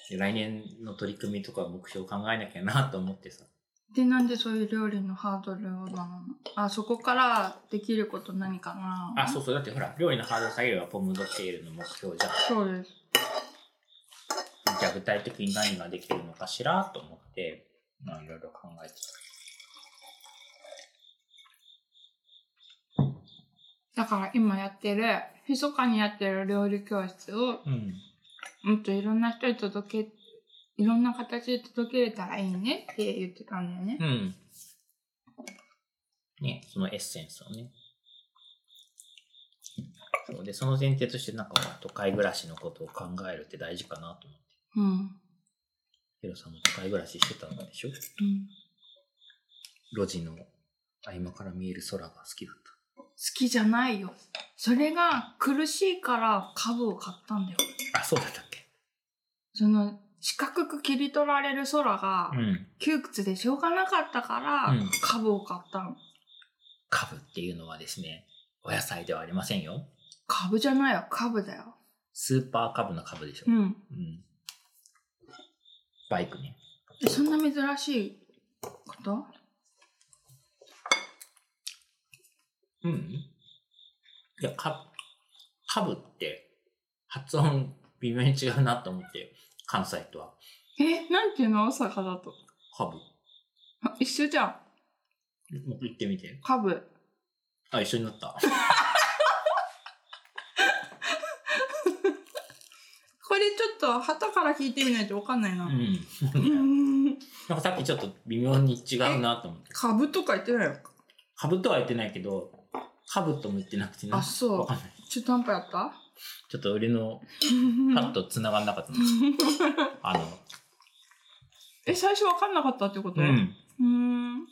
Speaker 1: で来年の取り組みとか目標を考えなきゃなと思ってさ。
Speaker 2: で、なんでそういう料理のハードルをなのあ、そこからできること何かな
Speaker 1: あ、そうそう。だってほら、料理のハードル下げればポムドテールの目標じゃん。
Speaker 2: そうです。
Speaker 1: じゃあ具体的に何ができるのかしらと思って、まあいろいろ考えて
Speaker 2: だから今やってる、密かにやってる料理教室を、
Speaker 1: うん。
Speaker 2: もっといろんな人に届け、いろんな形で届けれたらいいねって言ってたんだよね。
Speaker 1: うん。ね、そのエッセンスをね。そうで、その前提として、なんか、都会暮らしのことを考えるって大事かなと思って。
Speaker 2: うん。
Speaker 1: ヒロさんも都会暮らししてたんでしょ
Speaker 2: うん、
Speaker 1: 路地の合間から見える空が好きだっ
Speaker 2: 好きじゃないよ。それが苦しいから株を買ったんだよ。
Speaker 1: た。あ、そうだったっけ
Speaker 2: その、四角く切り取られる空が
Speaker 1: うん。
Speaker 2: 窮屈でしょうがなかったから
Speaker 1: うん
Speaker 2: 株を買ったの。
Speaker 1: 株っていうのはですね、お野菜ではありませんよ。
Speaker 2: 株じゃないよ、株だよ。
Speaker 1: スーパー株の株でしょ
Speaker 2: う。ん。
Speaker 1: うん。バイクね。
Speaker 2: えそんな珍しいこと
Speaker 1: うん。いや、か、かぶって、発音微妙に違うなと思って、関西とは。
Speaker 2: え、なんていうの大阪だと。
Speaker 1: かぶ。
Speaker 2: あ一緒じゃん。
Speaker 1: もう言ってみて。
Speaker 2: 株。
Speaker 1: あ、一緒にな った。
Speaker 2: これちょっと旗から聞いてみないとわかんないな。
Speaker 1: うん。
Speaker 2: うん。
Speaker 1: なんかさっきちょっと微妙に違うなと思って。
Speaker 2: 株とか言ってないのか。
Speaker 1: かぶとは言ってないけど、かぶとも言ってなくてな。
Speaker 2: あそう
Speaker 1: わかんない。
Speaker 2: 中途半端やった
Speaker 1: ちょっと俺のパッと繋がんなか ったの。あの、
Speaker 2: え、最初わかんなかったってこと
Speaker 1: う。ん。
Speaker 2: うん。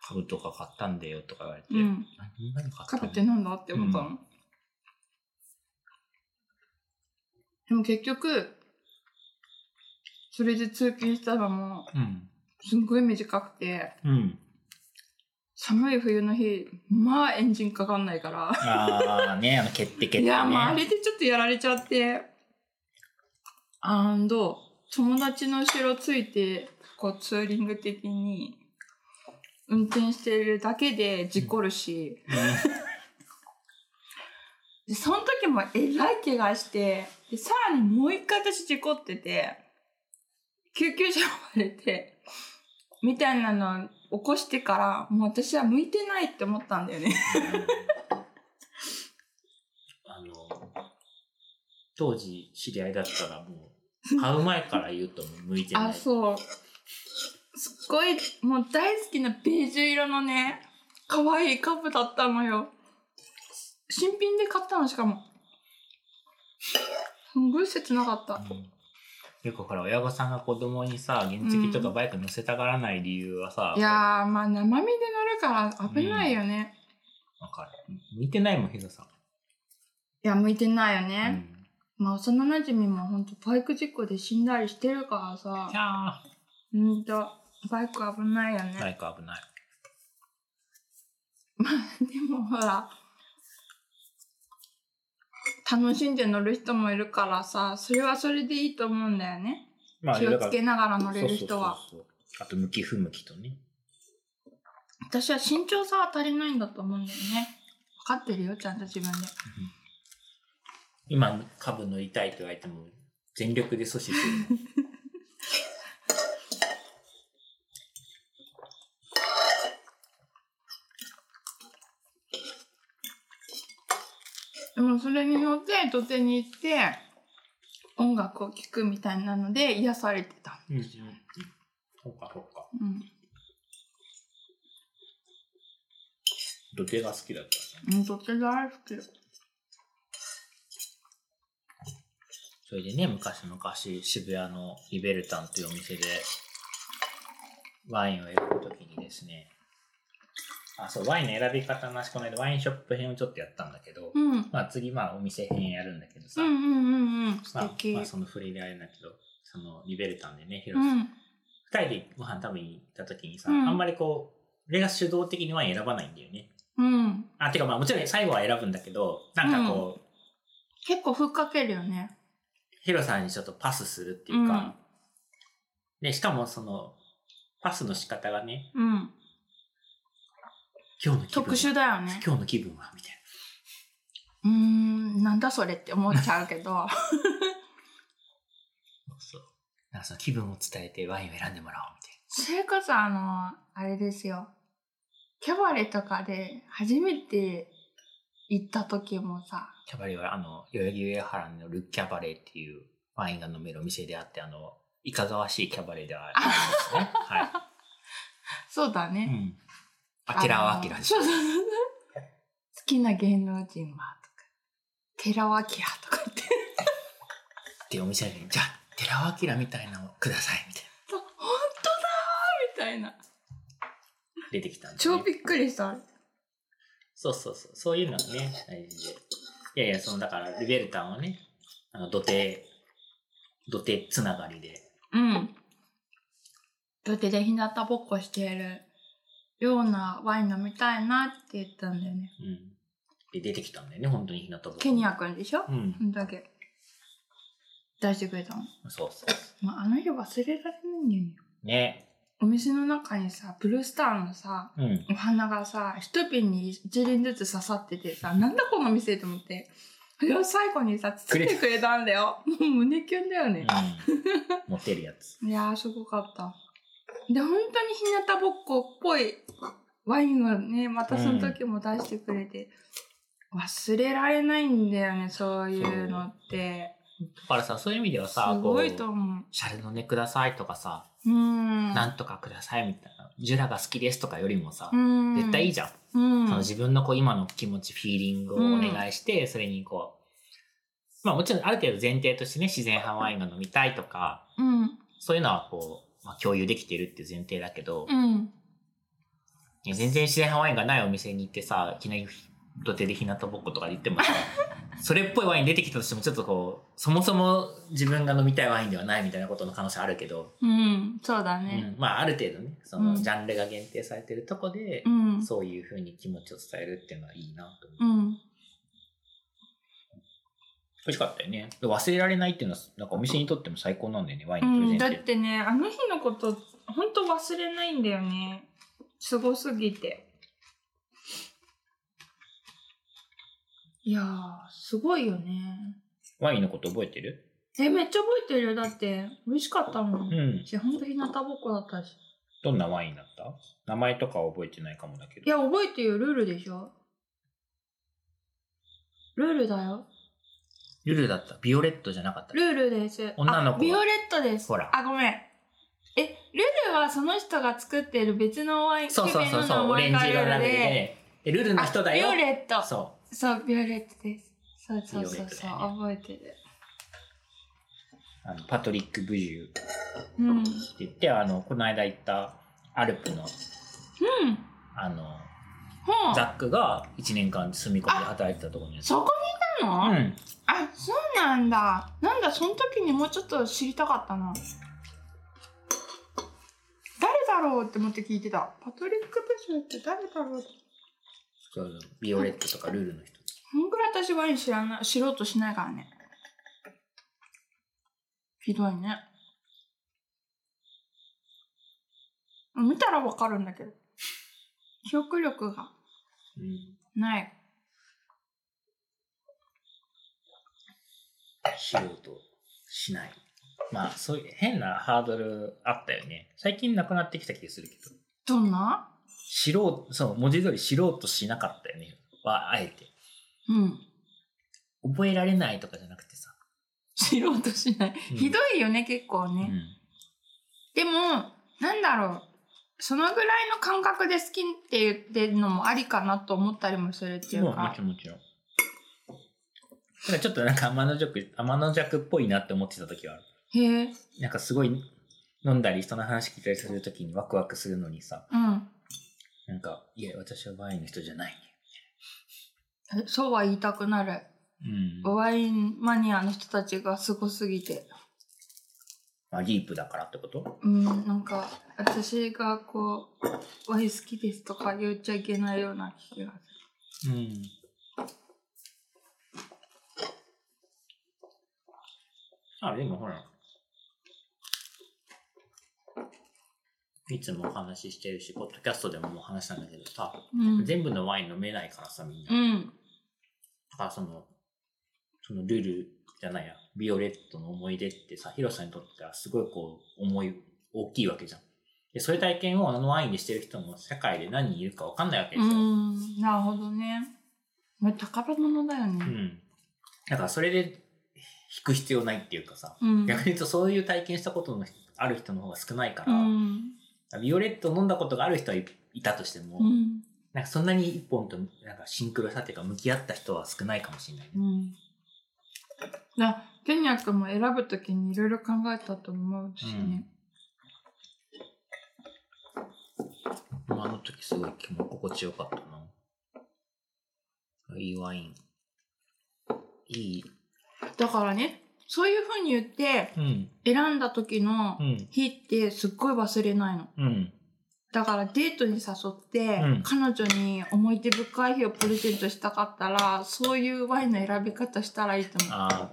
Speaker 1: かぶとか買ったんだよとか言われて。
Speaker 2: うん。
Speaker 1: 何何買った
Speaker 2: 株
Speaker 1: の
Speaker 2: ってなんだって思ったの。
Speaker 1: う
Speaker 2: でも結局、それで通勤したらも
Speaker 1: うん。
Speaker 2: う、すんごい短くて、
Speaker 1: うん。
Speaker 2: 寒い冬の日、まあエンジンかかんないから。
Speaker 1: あーね、あの、蹴って蹴って、ね。
Speaker 2: いや、まあ、あれでちょっとやられちゃって。アンド、友達の後ろついて、こう、ツーリング的に、運転してるだけで事故るし、
Speaker 1: うん
Speaker 2: で、その時もえらい怪我して、で、さらにもう一回私事故ってて、救急車呼ばれて、みたいなのを起こしてから、もう私は向いてないって思ったんだよね。
Speaker 1: あの、当時知り合いだったらもう、買う前から言うともう向いてない。
Speaker 2: あ、そう。すっごい、もう大好きなベージュ色のね、可愛いカップだったのよ。新品で買ったのしかも。すんごい切なかった。
Speaker 1: うんよくほら、親御さんが子供にさ、原付とかバイク乗せたがらない理由はさ、
Speaker 2: いやー、まあ生身で乗るから危ないよね。
Speaker 1: わかる。見てないもん、ひざさん。
Speaker 2: いや、向いてないよ
Speaker 1: う
Speaker 2: ね。
Speaker 1: ん
Speaker 2: まあ幼馴染もほんとバイク事故で死んだりしてるからさ
Speaker 1: い、や
Speaker 2: ほんと、バイク危ないよね
Speaker 1: ー、。バイク危ない。
Speaker 2: でもほら、楽しんで乗る人もいるからさ、それはそれでいいと思うんだよね。
Speaker 1: ま
Speaker 2: 気をつけ
Speaker 1: な
Speaker 2: ながら乗れる人は。。
Speaker 1: そうそうそうそうあと、向き不向きとね。
Speaker 2: 私は身長差は足りないんだと思うんだよね。分かってるよ、ちゃんと自分で。
Speaker 1: 今、株乗りたいと言われても、全力で阻止するの。
Speaker 2: でもそれに乗って土手に行って、音楽を聴くみたいなので癒されてた。
Speaker 1: うんうんうんそうか、そうか。
Speaker 2: うん。
Speaker 1: 土手が好きだったね。
Speaker 2: うん土手大好き。
Speaker 1: それでね、昔昔渋谷のリベルタンというお店でワインを選ぶときにですね、あ、そう、ワインの選び方なし、この間ワインショップ編をちょっとやったんだけど、
Speaker 2: うん。うん
Speaker 1: まあ次、まあお店編やるんだけどさ、
Speaker 2: うんうんうん。素
Speaker 1: まあ、
Speaker 2: 敵。
Speaker 1: まあその振りであれだけど、そのリベルタンでね、ヒロ
Speaker 2: う
Speaker 1: さん、
Speaker 2: ん。
Speaker 1: 二人でご飯食べに行ったときにさ、
Speaker 2: うん
Speaker 1: あんまりこう、俺が主導的にワイン選ばないんだよね。
Speaker 2: うん。
Speaker 1: あ、てかまあもちろん最後は選ぶんだけど、なんかこう、
Speaker 2: 結構ふっかけるよね。
Speaker 1: ヒロさんにちょっとパスするっていうか、
Speaker 2: うん
Speaker 1: で、しかもその、パスの仕方がね、
Speaker 2: うん。
Speaker 1: 今日の気分
Speaker 2: 特殊だよね。
Speaker 1: 今日の気分はみたいう
Speaker 2: ーん、なんだそれって思っちゃう けど。
Speaker 1: な。そう。なんかその気分を伝えてワインを選んでもらおうみたい
Speaker 2: それこそあの、あれですよ。キャバレとかで初めて行った時もさ、
Speaker 1: キャバレーは、あの、代々木上原のル・キャバレーっていうワインが飲めるお店であって、あの、いかがわしいキャバレーではありますね。はい。
Speaker 2: そうだ
Speaker 1: う
Speaker 2: ね。
Speaker 1: ん。あきらはあきらでしょ
Speaker 2: あ。のそうそうそう好きな芸能人はとか、寺尾明とか言って。
Speaker 1: ってお店に、じゃあ、寺尾あきらみたいなのをください、みたいな。
Speaker 2: 本当だーみたいな。
Speaker 1: 出てきたんで、
Speaker 2: 超
Speaker 1: ね。
Speaker 2: びっくりした。
Speaker 1: そうそうそう。そういうのがね、大事で。いやいや、その、だから、リベルタンはね、あの、土手、土手つながりで。
Speaker 2: うん。土手で日向ぼっこしてるようなワイン飲みたいなって言ったんだよね。
Speaker 1: うん。で、出てきたんだよね、本当に日向ぼっこ
Speaker 2: ケニア君でしょ
Speaker 1: うん
Speaker 2: そ。んだけ。出してくれたの。
Speaker 1: そうそう。
Speaker 2: まあ、あの日忘れられないんだよね。
Speaker 1: ね。
Speaker 2: お店の中にさ、ブルースターのさ、
Speaker 1: うん。
Speaker 2: お花がさ、一瓶に一輪ずつ刺さっててさ、なんだこの店と思って。それを最後にさ、包んでくれたんだよ。もう胸キュンだよ
Speaker 1: う
Speaker 2: ね
Speaker 1: ん。、持てるやつ。
Speaker 2: いやー、すごかった。で、本当に日向ぼっこっぽいワインをね、またその時も出してくれて、忘れられないんだよね、そういうのって。
Speaker 1: だからさ、そういう意味では
Speaker 2: す
Speaker 1: さ、こ
Speaker 2: ごいと
Speaker 1: う、
Speaker 2: 思
Speaker 1: シャレのねくださいとかさ、
Speaker 2: う。うん。
Speaker 1: なんとかくださいみたいな、ジュラが好きですとかよりもさ
Speaker 2: う、ん。
Speaker 1: 絶対いいじゃん。
Speaker 2: うん。
Speaker 1: その自分のこう今の気持ち、フィーリングをお願いして、それにこう、まあもちろんある程度前提としてね、自然派ワインが飲みたいとか、
Speaker 2: うん。
Speaker 1: そういうのはこう、まあ共有できてるっていう前提だけど、
Speaker 2: うん。
Speaker 1: いや全然自然派ワインがないお店に行ってさ、いきなり土手でひなたぼっことかで行って もさ、それっぽいワイン出てきたとしてもちょっとこう、そもそも自分が飲みたいワインではないみたいなことの可能性あるけど、
Speaker 2: うん。そうだね。
Speaker 1: うん、まあある程度ね、そうの
Speaker 2: ん
Speaker 1: ジャンルが限定されてるとこで
Speaker 2: う、ん。
Speaker 1: そういう風に気持ちを伝えるっていうのはいいなと思う。
Speaker 2: うん。
Speaker 1: 美味しかったよね。忘れられないっていうのは、なんかお店にとっても最高なんだよね、ワイ
Speaker 2: う
Speaker 1: ンのプレゼ
Speaker 2: ん、だ
Speaker 1: ン
Speaker 2: っ
Speaker 1: って。
Speaker 2: てね、あの日のこと、ほんと忘れないんだよね。すごすぎて。いやー、すごいよね。
Speaker 1: ワインのこと覚えてる
Speaker 2: え、めっちゃ覚えてるよ。だって、美味しかったも。
Speaker 1: うんん。
Speaker 2: し、ほんと日向ぼっこだったし。
Speaker 1: どんなワインだった名前とかは覚えてないかもだけ
Speaker 2: い
Speaker 1: ど。
Speaker 2: や、覚えてるよ。ルールでしょ。ルールだよ。
Speaker 1: ルルだった。ビオレットじゃなかった。
Speaker 2: ルールです。
Speaker 1: 女の子
Speaker 2: あビオレットです。
Speaker 1: ほら
Speaker 2: あ、ごめん。え、ルールはその人が作ってる別のワイン、
Speaker 1: そうそうそうそう、
Speaker 2: キュ
Speaker 1: オ
Speaker 2: ベ
Speaker 1: レ
Speaker 2: の名前
Speaker 1: ン
Speaker 2: が
Speaker 1: ジ色のラ
Speaker 2: ある
Speaker 1: ベルで、えルルの人だよ。
Speaker 2: あビオレット。
Speaker 1: そ
Speaker 2: そう、ビオレットです。そうそう
Speaker 1: ビオレ
Speaker 2: そ
Speaker 1: ッ
Speaker 2: う
Speaker 1: ト
Speaker 2: そ
Speaker 1: だ
Speaker 2: う、
Speaker 1: よ
Speaker 2: 覚えてる。
Speaker 1: う、あのパトリック・ブジュって
Speaker 2: うん。うん。
Speaker 1: 言って、あの、この間行ったアルプの、あの、
Speaker 2: ほ
Speaker 1: ザ
Speaker 2: う。
Speaker 1: ックが1年間住み込みで働いてたところに
Speaker 2: そこにいた
Speaker 1: う
Speaker 2: の、
Speaker 1: ん。
Speaker 2: あ、そうなんだ。なんだ、その時にもうちょっと知りたかったな。誰だろうって思って聞いてた。パトリック・ブシュって誰だろうって。
Speaker 1: そうそうビオレットとかルルの人。
Speaker 2: そんぐらい私ワイン知らない、知ろうとしないからね。ひどいね。見たらわかるんだけど。記憶力が
Speaker 1: うん。
Speaker 2: ない。
Speaker 1: しようとしない。まあ、そういう変なハードルあったよね。最近なくなってきた気がするけど。
Speaker 2: どんな
Speaker 1: 知ろう、そう、文字通り知ろうとしなかったよね。は、あえて。
Speaker 2: うん。
Speaker 1: 覚えられないとかじゃなくてさ。
Speaker 2: 知ろうとしない。
Speaker 1: うん
Speaker 2: ひどいよね、結構
Speaker 1: う
Speaker 2: ね。
Speaker 1: ん。
Speaker 2: でも、なんだろう。そのぐらいの感覚で好きって言ってるのもありかなと思ったりもするっていう
Speaker 1: も
Speaker 2: か
Speaker 1: ち。ろんもちろん。ただちょっとなんか天の弱、天の弱っぽいなって思ってた時はある。
Speaker 2: へえ。
Speaker 1: なんかすごい飲んだり人の話聞いたりする時にワクワクするのにさ、
Speaker 2: うん。
Speaker 1: なんか、いや、私はワインの人じゃない
Speaker 2: えそうは言いたくなる。
Speaker 1: ね。うん。
Speaker 2: ワインマニアの人たちがすごすぎて。
Speaker 1: まあ、リープだからってこと
Speaker 2: うん、なんか、私がこう、ワイン好きですとか言っちゃいけないような気がす
Speaker 1: うん。あ、でもほら。いつもお話ししてるし、ポッドキャストでももう話したんだけどさ、
Speaker 2: る。うん。
Speaker 1: 全部のワイン飲めないからさ、みんな。
Speaker 2: うん。
Speaker 1: あその、そのルルじゃないや、ビオレットの思い出ってさ、ヒロさんにとってはすごいこう、思い、大きいわけじゃん。で、そういう体験をあのワインでしてる人も世界で何人いるかわかんないわけ
Speaker 2: う
Speaker 1: ですよ。
Speaker 2: ん。なるほどね。これ宝物だよ
Speaker 1: う
Speaker 2: ね。
Speaker 1: ん。だからそれで引く必要ないっていうかさ、
Speaker 2: うん。
Speaker 1: 逆に言うとそういう体験したことのある人の方が少ないか
Speaker 2: う
Speaker 1: ら、
Speaker 2: ん。
Speaker 1: ビオレット飲んだことがある人はいいたとしても、
Speaker 2: うん。
Speaker 1: なんかそんなに一本となんかシンクロしたっていうか向き合った人は少ないかもしれないね。
Speaker 2: うん。だケニア君も選ぶときにいろいろ考えたと思うしね。
Speaker 1: まああの時すごい気も心地よかったな。いいワイン。いい。
Speaker 2: だからね、そういうふうに言って、
Speaker 1: うん。
Speaker 2: 選んだ時の
Speaker 1: うん。
Speaker 2: 日ってすっごい忘れないの。
Speaker 1: うん。
Speaker 2: だからデートに誘って、
Speaker 1: うん
Speaker 2: 彼女に思い出深い日をプレゼントしたかったら、そういうワインの選び方したらいいと思う。
Speaker 1: ああ、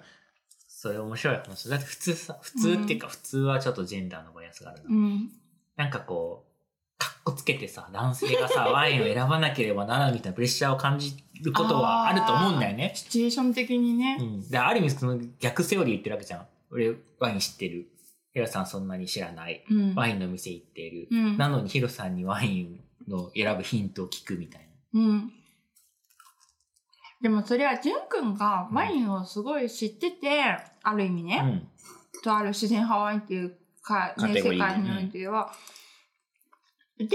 Speaker 1: それ面白い話。だって普通さ、普通っていうか普通はちょっとジェンダーのバイアスがあるな。
Speaker 2: うん。
Speaker 1: なんかこう、かっこつけてさ、男性が さ、ワインを選ばなければならないみたいなプレッシャーを感じることはあると思うんだよね。
Speaker 2: シチュエーション的にね
Speaker 1: う。ん。で、ある意味その逆セオリー言ってるわけじゃん。俺、ワイン知ってる。ヒロさんそんなに知らない。
Speaker 2: うん。
Speaker 1: ワインの店行っている。
Speaker 2: うん。
Speaker 1: なのにヒロさんにワインの選ぶヒントを聞くみたい
Speaker 2: うん。でもそれは、淳くんがワインをすごい知ってて、ある意味ね。
Speaker 1: な。うん。
Speaker 2: とある自然派ワインっていうか、
Speaker 1: カ
Speaker 2: ね、
Speaker 1: テゴ
Speaker 2: 世
Speaker 1: リー
Speaker 2: 界においては。で、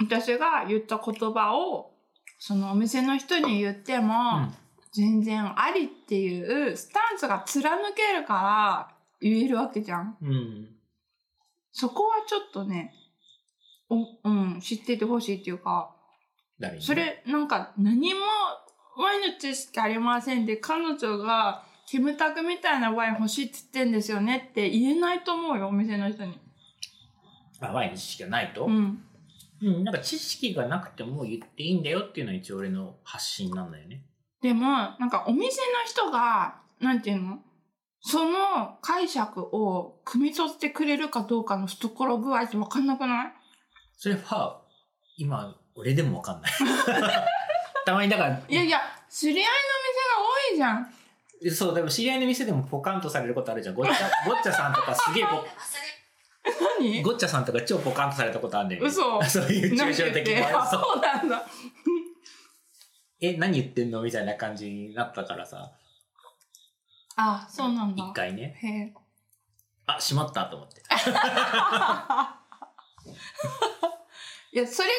Speaker 2: 私が言った言葉を、そのお店の人に言っても、
Speaker 1: うん
Speaker 2: 全然ありっていうスタンスが貫けるから言えるわけじゃん。
Speaker 1: うん。
Speaker 2: そこはちょっとね、おうん、知っててほしいっていうか、
Speaker 1: 誰に
Speaker 2: それなんか何もワインの知識ありませんで、彼女がキムタクみたいなワイン欲しいって言ってんですよねって言えないと思うよ、お店の人に。
Speaker 1: あワインの知識がないと、
Speaker 2: うん。
Speaker 1: うん、なんか知識がなくても言っていいんだよっていうのは一応俺の発信なんだよね。
Speaker 2: でも、なんかお店の人が、なんていうのその解釈を汲み取ってくれるかどうかの懐具合ってわかんなくない
Speaker 1: それは、今、俺でもわかん ない。たまにだから、
Speaker 2: いやいや、知り合いのお店が多いじゃん。
Speaker 1: そう、でも知り合いの店でもポカンとされることあるじゃん。ごっちゃ、ごっちゃさんとかすげえ ポ、
Speaker 2: 何
Speaker 1: ごっちゃさんとか超ポカンとされたことあるんだよね。
Speaker 2: 嘘
Speaker 1: そういう
Speaker 2: なん
Speaker 1: 抽
Speaker 2: て言
Speaker 1: 象
Speaker 2: っ
Speaker 1: 的
Speaker 2: て
Speaker 1: な。
Speaker 2: あ、そうなんだ。
Speaker 1: え、何言ってんのみたいな感じになったからさ、
Speaker 2: あ、そうなんだ
Speaker 1: 一。回ね、
Speaker 2: へえ。
Speaker 1: あ、閉まったと思って。
Speaker 2: いや、それが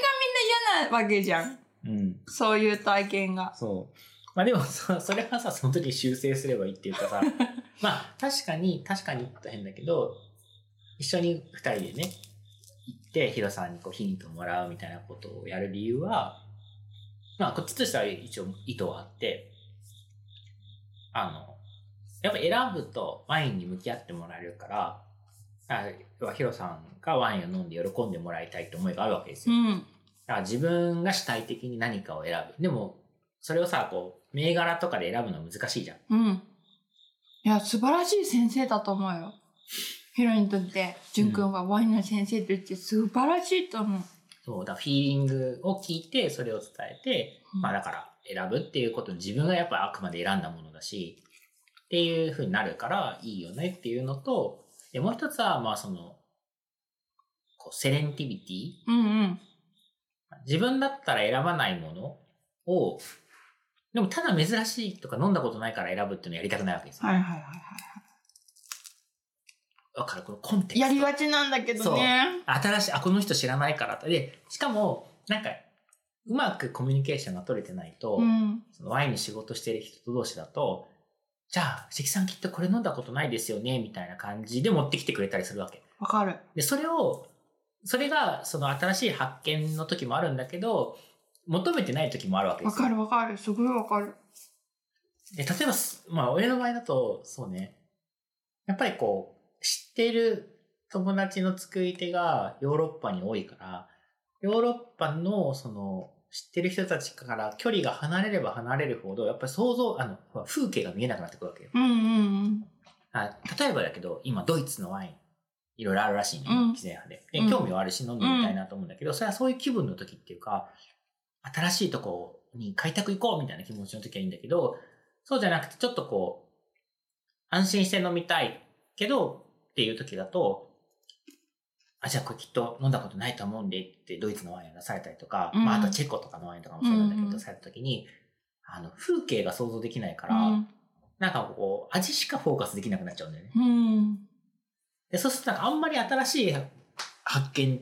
Speaker 2: みんな嫌なわけじゃん。
Speaker 1: うん。
Speaker 2: そういう体験が。
Speaker 1: そう。まあでもさ、 それはさ、その時に修正すればいいっていう かさ、まあ確かに、確かにって変だけど、一緒に二人でね、行って、ヒロさんにこうヒントもらうみたいなことをやる理由は、まあこっちとしては一応意図はあって、あの、やっぱ選ぶとワインに向き合ってもらえるから、あ要はヒロさんがワインを飲んで喜んでもらいたいって思いがあるわけです
Speaker 2: う
Speaker 1: よ。
Speaker 2: ん。
Speaker 1: だから自分が主体的に何かを選ぶ。でも、それをさ、こう、銘柄とかで選ぶのは難しいじゃん。
Speaker 2: うん。いや、素晴らしい先生だと思うよ。ヒロにとって、淳くんはワインの先生として素晴らしいと思う。
Speaker 1: そう、だからフィーリングを聞いて、それを伝えて、まあだから、選ぶっていうこと、自分がやっぱあくまで選んだものだし、っていう風になるから、いいよねっていうのと、で、もう一つは、まあその、こう、セレンティビティ
Speaker 2: うんうん。
Speaker 1: 自分だったら選ばないものを、でもただ珍しいとか飲んだことないから選ぶっていうのやりたくないわけですよ。
Speaker 2: はいはいはいは
Speaker 1: だからこのコンテンツ。
Speaker 2: い。やりがちなんだけどね。
Speaker 1: 新しい、あ、この人知らないからと。で、しかも、なんか、うまくコミュニケーションが取れてないと、
Speaker 2: うん。
Speaker 1: そのワインの仕事してる人同士だと、じゃあ、関さんきっとこれ飲んだことないですよね、みたいな感じで持ってきてくれたりするわけ。
Speaker 2: わかる。
Speaker 1: で、それを、それが、その新しい発見の時もあるんだけど、求めてない時もあるわけで
Speaker 2: わ
Speaker 1: すよ
Speaker 2: か。るわかる。すごいわかる。
Speaker 1: で、例えばす、まあ、俺の場合だと、そうね。やっぱりこう、知ってる友達の作り手がヨーロッパに多いから、ヨーロッパの、その、知ってる人たちから距離が離れれば離れるほど、やっぱり想像、あの、ほら風景が見えなくなってくるわけよ。
Speaker 2: うんうん
Speaker 1: あ例えばだけど、今、ドイツのワイン、いろいろあるらしいね。
Speaker 2: うん
Speaker 1: 自然派で。
Speaker 2: う
Speaker 1: で、
Speaker 2: ん
Speaker 1: 興味はあるし、飲んでみたいなと思うんだけど、それはそういう気分の時っていうか、新しいとこに開拓行こうみたいな気持ちの時はいいんだけど、そうじゃなくて、ちょっとこう、安心して飲みたいけど、っていう時だと、あ、じゃあこれきっと飲んだことないと思うんでって、ドイツのワインを出されたりとか、
Speaker 2: うん
Speaker 1: まああとチェコとかのワインとかもそうなんだけ
Speaker 2: うんう
Speaker 1: ど、
Speaker 2: ん
Speaker 1: された時に、あの、風景が想像できないから、
Speaker 2: うん
Speaker 1: なんかこう、味しかフォーカスできなくなっちゃうんだよね。
Speaker 2: うん。
Speaker 1: で、そうするとなんかあんまり新しい発見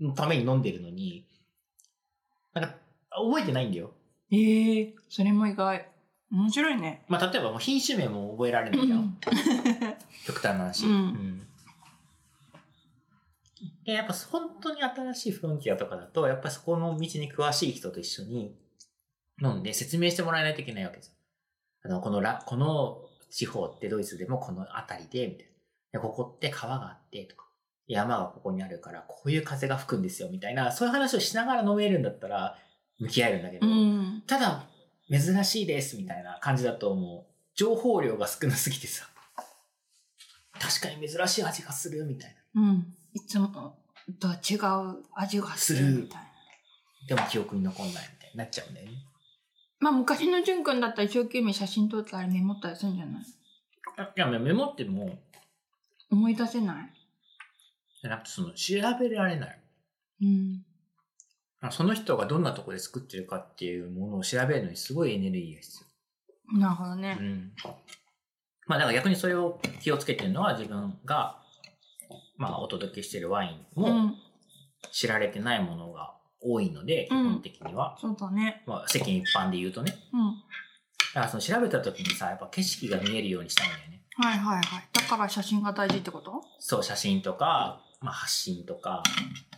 Speaker 1: のために飲んでるのに、なんか、覚えてないんだよ。
Speaker 2: ええそれも意外。面白いね。
Speaker 1: まあ、例えばもう品種名も覚えられないじゃん。極端な話。
Speaker 2: うん
Speaker 1: でやっぱ本当に新しいフロンティアとかだと、やっぱそこの道に詳しい人と一緒に飲んで説明してもらえないといけないわけですよ。あの、このら、この地方ってドイツでもこの辺りで、みたいな。で、ここって川があって、とか。山がここにあるから、こういう風が吹くんですよ、みたいな。そういう話をしながら飲めるんだったら、向き合えるんだけど、
Speaker 2: うん。
Speaker 1: ただ、珍しいです、みたいな感じだともう、情報量が少なすぎてさ、確かに珍しい味がする、みたいな。
Speaker 2: うん。いつもとは違う味がするみたいな。
Speaker 1: でも記憶に残んない、みたいになっちゃうんだよね。
Speaker 2: まあ昔の淳君だったら一生懸命写真撮ったりメモったりするんじゃない
Speaker 1: いや、メモっても、
Speaker 2: 思い出せな
Speaker 1: じゃなくてその、調べられない。
Speaker 2: いうん。
Speaker 1: その人がどんなとこで作ってるかっていうものを調べるのにすごいエネルギーが必
Speaker 2: なるほど
Speaker 1: 要。
Speaker 2: ね。
Speaker 1: ん。まあ、だから逆にそれを気をつけてるのは自分が、まあ、お届けしてるワイン
Speaker 2: う
Speaker 1: も
Speaker 2: ん。
Speaker 1: 知られてないものが多いので、
Speaker 2: う
Speaker 1: 基
Speaker 2: ん
Speaker 1: 本的には。
Speaker 2: そうだね。
Speaker 1: まあ、世間一般で言うとね。
Speaker 2: うん。
Speaker 1: だからその調べた時にさ、やっぱ景色が見えるようにしたいんだよね。
Speaker 2: はいはいはい。だから写真が大事ってこと
Speaker 1: そう、写真とか、まあ発信とか、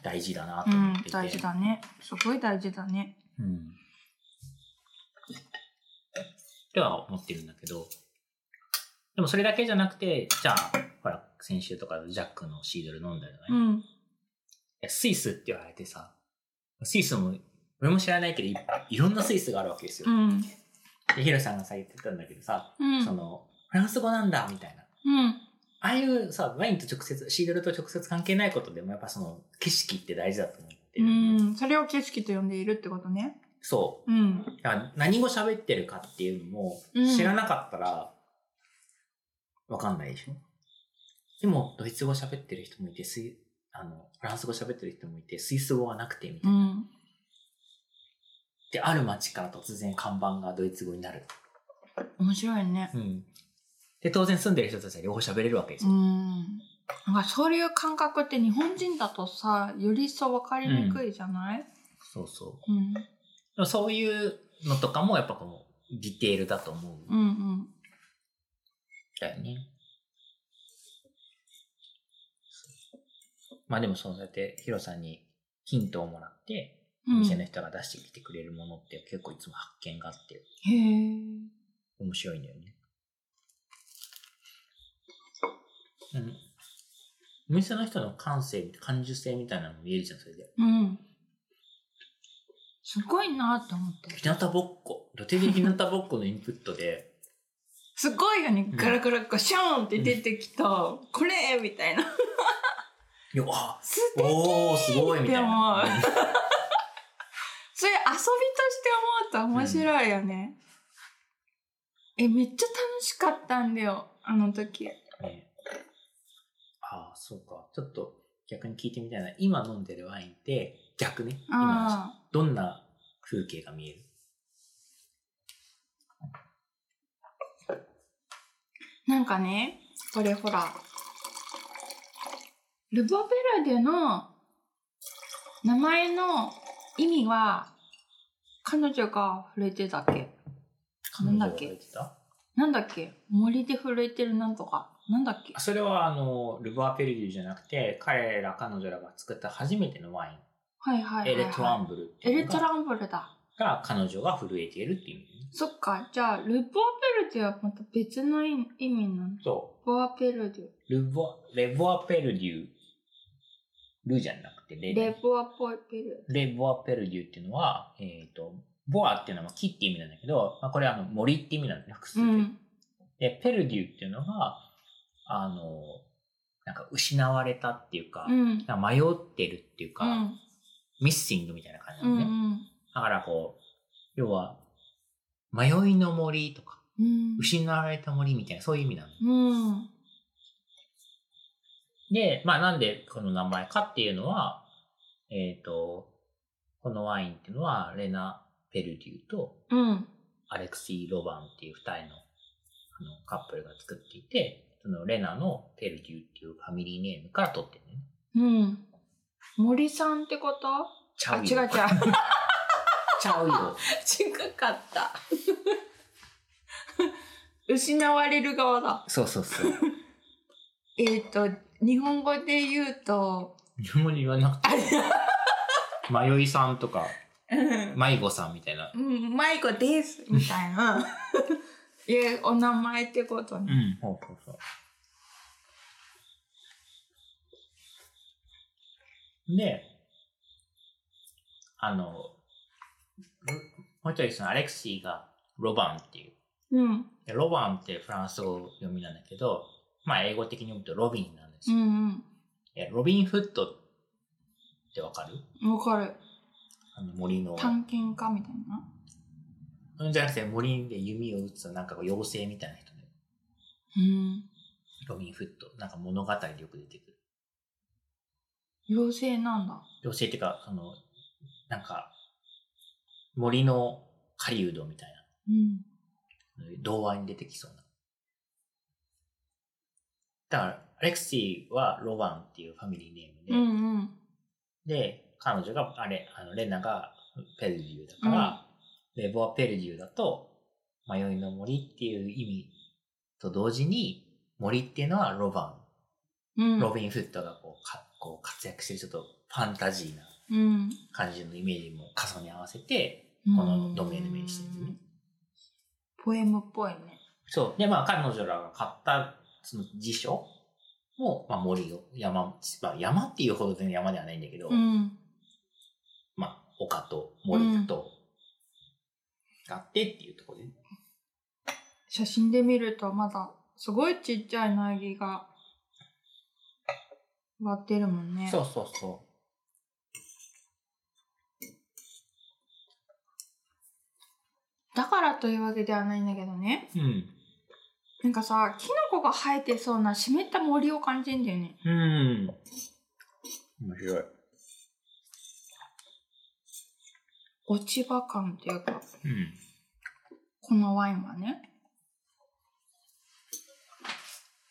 Speaker 1: 大事だなと
Speaker 2: う
Speaker 1: 思っ
Speaker 2: ん
Speaker 1: てて。。
Speaker 2: 大事だね。すごい大事だね。
Speaker 1: うん。っては思ってるんだけど。でもそれだけじゃなくて、じゃあ、ほら、先週とかジャックのシードル飲んだよね。
Speaker 2: う
Speaker 1: い
Speaker 2: ん。
Speaker 1: やスイスって言われてさ、スイスも、俺も知らないけどい、いろんなスイスがあるわけですよ
Speaker 2: う。ん。
Speaker 1: で、ヒロさんがさ、言ってたんだけどさ、
Speaker 2: うん。
Speaker 1: その、フランス語なんだ、みたいな。
Speaker 2: うん。
Speaker 1: ああいうさ、ワインと直接、シードルと直接関係ないことでも、やっぱその、景色って大事だと思って
Speaker 2: う
Speaker 1: る。
Speaker 2: ん。それを景色と呼んでいるってことね。
Speaker 1: そ
Speaker 2: うん。
Speaker 1: う。だから何語喋ってるかっていうのも
Speaker 2: うん、
Speaker 1: 知らなかったら、わかんないでしょ、でも、ドイツ語喋ってる人もいて、スイ、あの、フランス語喋ってる人もいて、スイス語がなくて、みた
Speaker 2: う
Speaker 1: いな。
Speaker 2: ん。
Speaker 1: で、ある街から突然看板がドイツ語になる。
Speaker 2: 面白いね。
Speaker 1: うん。で、当然住んでる人たちは両方喋れるわけです
Speaker 2: う
Speaker 1: よ。
Speaker 2: ん。なんかそういう感覚って日本人だとさ、より一層分かりにくいじゃない
Speaker 1: そうそう。
Speaker 2: うん。
Speaker 1: でもそういうのとかも、やっぱこう、ディテールだと思う。
Speaker 2: うんうん。
Speaker 1: だよね。まあでもそうやってヒロさんにヒントをもらって、お
Speaker 2: うん
Speaker 1: 店の人が出してきてくれるものって結構いつも発見があって
Speaker 2: へえ。
Speaker 1: 面白いんだよね。うん。お店の人の感性、感受性みたいなのも見えるじゃん、それで。
Speaker 2: うん。すごいなって思って。
Speaker 1: ひなたぼっこ、土手でひなたぼっこのインプット で、
Speaker 2: すごいよね。
Speaker 1: ん
Speaker 2: ガラガラガシャーンって出てきた。これみたいな。
Speaker 1: いや、あ
Speaker 2: す
Speaker 1: おー、すごいみたいな。
Speaker 2: でそれ遊びとして思うと面白いよね。え、めっちゃ楽しかったんだよ。あの時。
Speaker 1: ね、ああ、そうか。ちょっと逆に聞いてみたいな。今飲んでるワインって逆ね。今の話
Speaker 2: あ
Speaker 1: どんな風景が見える
Speaker 2: あ。なんかね、これほら。ルボベルデの名前の意味は、彼女が触れてたっけなんだっけ
Speaker 1: 彼女が言ってた
Speaker 2: なんだっけ森で震えてるなんとか。なんだっけ
Speaker 1: あそれはあの、ルバーペルデュじゃなくて、彼ら彼女らが作った初めてのワイン。
Speaker 2: はいはいはい、はい。
Speaker 1: エレトランブルって
Speaker 2: エ
Speaker 1: いう
Speaker 2: レ
Speaker 1: の
Speaker 2: ト
Speaker 1: が
Speaker 2: ランブルだ。
Speaker 1: が彼女が震えているっていう意味、ね。
Speaker 2: そっか。じゃあ、ルボアペルデュはまた別の意味なの。ル
Speaker 1: そ
Speaker 2: ボアペルデュ。
Speaker 1: う。ルボ、レボアペルデュ、ルじゃなくてレね
Speaker 2: レボアポペル。
Speaker 1: レ・ボア・ペルデュっていうのは、えっ、と、ボアっていうのは木って意味なんだけど、まあ、これはあの森って意味なんだね、複数
Speaker 2: う
Speaker 1: 形
Speaker 2: ん。
Speaker 1: で、ペルデュっていうのが、あの、なんか失われたっていうか、
Speaker 2: うん。
Speaker 1: なんか迷ってるっていう
Speaker 2: う
Speaker 1: か、
Speaker 2: ん。
Speaker 1: ミッシングみたいな感じ
Speaker 2: う
Speaker 1: なのね。
Speaker 2: ん。
Speaker 1: だからこう、要は、迷いの森とか、
Speaker 2: うん。
Speaker 1: 失われた森みたいな、そういう意味なの。
Speaker 2: うん。
Speaker 1: で、まあなんでこの名前かっていうのは、えっ、と、このワインっていうのは、レナ・ペルデュと、
Speaker 2: うん。
Speaker 1: アレクシー・ロバンっていう二人のあのカップルが作っていて、そのレナのペルデューっていうファミリーネームから取ってるね。
Speaker 2: うん。森さんってこと
Speaker 1: ち
Speaker 2: あ、
Speaker 1: ゃうよ。
Speaker 2: 違う違う。
Speaker 1: ちゃうよ。
Speaker 2: 違かった。失われる側だ。
Speaker 1: そうそうそう。
Speaker 2: えっ、と、日本語で言うと、
Speaker 1: 日本語に言わなくて。迷いさんとか、
Speaker 2: うん
Speaker 1: 迷子さんみたいな。
Speaker 2: うん、マイコです、みたい な。え、お名前ってことね。
Speaker 1: ん。そうそうそう。で、あの、んもう一人そのアレクシーがロバンっていう。
Speaker 2: うん。
Speaker 1: でロバンってフランス語読みなんだけど、まあ英語的に読むとロビンなんです
Speaker 2: う
Speaker 1: よ。
Speaker 2: ん
Speaker 1: えロビンフットってわかる
Speaker 2: うん。わかる。
Speaker 1: あの森の。
Speaker 2: 探検家みたいな。
Speaker 1: じゃなくて森で弓を打つなんかこう妖精みたいな人ね。
Speaker 2: うん。
Speaker 1: ロビンフット。なんか物語でよく出てくる。
Speaker 2: 妖精なんだ。
Speaker 1: 妖精っていうか、その、なんか、森の狩人みたい
Speaker 2: うん。
Speaker 1: な、童話に出てきそうな。だから、アレクシーはロワンっていうファミリーネー
Speaker 2: う
Speaker 1: ムで、
Speaker 2: んうん。
Speaker 1: で、彼女が、あれ、あの、レナがペルデューだから、レボア・ペルデューだと、迷いの森っていう意味と同時に、森っていうのはロバ
Speaker 2: うん。
Speaker 1: ン、ロビン・フットがこうかこう活躍してるちょっとファンタジーな
Speaker 2: うん。
Speaker 1: 感じのイメージも重ね合わせて、
Speaker 2: こ
Speaker 1: このドメイン名詞ですね。
Speaker 2: ポエムっぽいね。
Speaker 1: そう。で、まあ、彼女らが買った、その辞書も、まあ、森を、山、まあ、山っていうほど全然山ではないんだけど、
Speaker 2: うん。
Speaker 1: まあ、丘と森と、があってっていうところで。
Speaker 2: 写真で見るとまだすごいちっちゃい苗木が割ってるもんね。
Speaker 1: そうそうそう
Speaker 2: だからというわけではないんだけどね。。
Speaker 1: うん。
Speaker 2: なんかさ、キノコが生えてそうな湿った森を感じるんだよね。
Speaker 1: うん。面白い。
Speaker 2: 落ち葉感っていうか、
Speaker 1: うん。
Speaker 2: このワインはね。